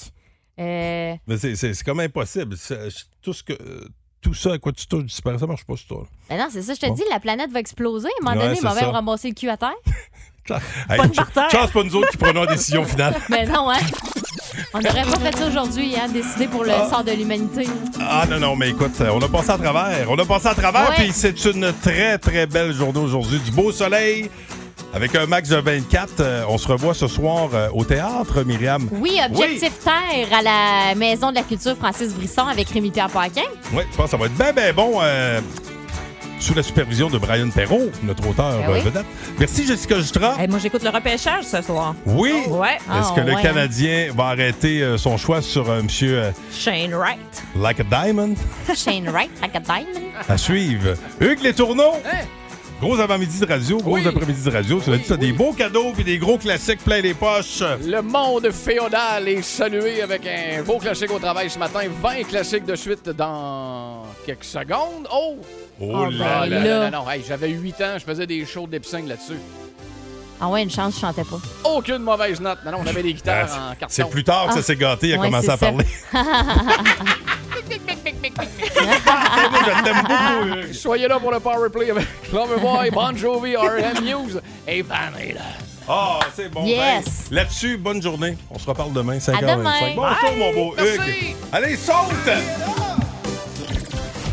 Speaker 6: Euh,
Speaker 1: Mais c'est- c'est c'est comme impossible. C'est- c'est Tout, ce que, euh, tout ça à quoi tu touches disparaît. Ça marche pas sur toi. là.
Speaker 6: Ben non, c'est ça, je te
Speaker 1: Bon.
Speaker 6: dis, la planète va exploser. À un moment
Speaker 1: Ouais,
Speaker 6: donné, ils vont
Speaker 1: c'est
Speaker 6: même
Speaker 1: ça.
Speaker 6: ramasser le cul à terre.
Speaker 1: Hey, ch- chance pas nous autres qui prenons la décision finale.
Speaker 6: Mais non, hein?
Speaker 15: On n'aurait pas fait ça aujourd'hui, hein, décider pour le sort de l'humanité.
Speaker 1: Ah non, non, mais écoute, on a passé à travers. On a passé à travers,
Speaker 15: Ouais.
Speaker 1: puis c'est une très, très belle journée aujourd'hui. Du beau soleil. Avec un max de 24, Euh, on se revoit ce soir euh, au théâtre, Myriam.
Speaker 15: Oui, Objectif Terre à la Maison de la Culture Francis Brisson avec Rémi-Pierre Paquin.
Speaker 1: Oui, je pense que ça va être bien, bien bon. euh, sous la supervision de Brian Perrault, notre auteur
Speaker 7: Ben oui.
Speaker 1: euh, vedette. Merci, Jessica Justra.
Speaker 7: Eh, moi, j'écoute le repêchage ce soir.
Speaker 1: Oui.
Speaker 7: Oh, Ah, Ouais. hein.
Speaker 1: Est-ce que le Canadien va arrêter euh, son choix sur un monsieur euh,
Speaker 7: Shane Wright.
Speaker 1: Like a Diamond?
Speaker 15: Shane Wright, like a diamond.
Speaker 1: À suivre. Hugues Les Tourneaux. Gros avant-midi de radio, gros après-midi de radio. Tu l'as dit, t'as des beaux cadeaux puis des gros classiques plein les poches.
Speaker 13: Le monde féodal est salué avec un beau classique au travail ce matin. 20 classiques de suite dans quelques secondes. Oh! ben,
Speaker 15: Oh là là.
Speaker 13: Non, non, non. Hey, j'avais 8 ans, je faisais des shows de lip-sync là-dessus.
Speaker 15: Ah ouais, une chance, je chantais pas.
Speaker 13: Aucune mauvaise note. Non, non, on avait des guitares en carton.
Speaker 1: Ah, C'est plus tard que ça s'est gâté, il a
Speaker 15: Ah. Ouais,
Speaker 1: commencé
Speaker 15: c'est
Speaker 1: à
Speaker 15: ça.
Speaker 1: parler. Ah,
Speaker 13: Soyez là pour le power
Speaker 15: Ah.
Speaker 13: play avec Loverboy, Bon Jovi, R.M. News et Van Halen.
Speaker 1: Ah, c'est bon.
Speaker 13: Yes.
Speaker 1: Ben, Là-dessus, bonne journée. On se reparle demain, 5h25.
Speaker 13: demain.
Speaker 1: Bon show,
Speaker 13: Bye.
Speaker 1: mon beau
Speaker 13: Merci.
Speaker 1: Hugues. Allez, saute!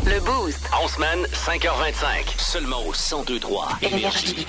Speaker 2: Le Boost. En semaine, 5h25. Seulement au 102 droit. Énergie.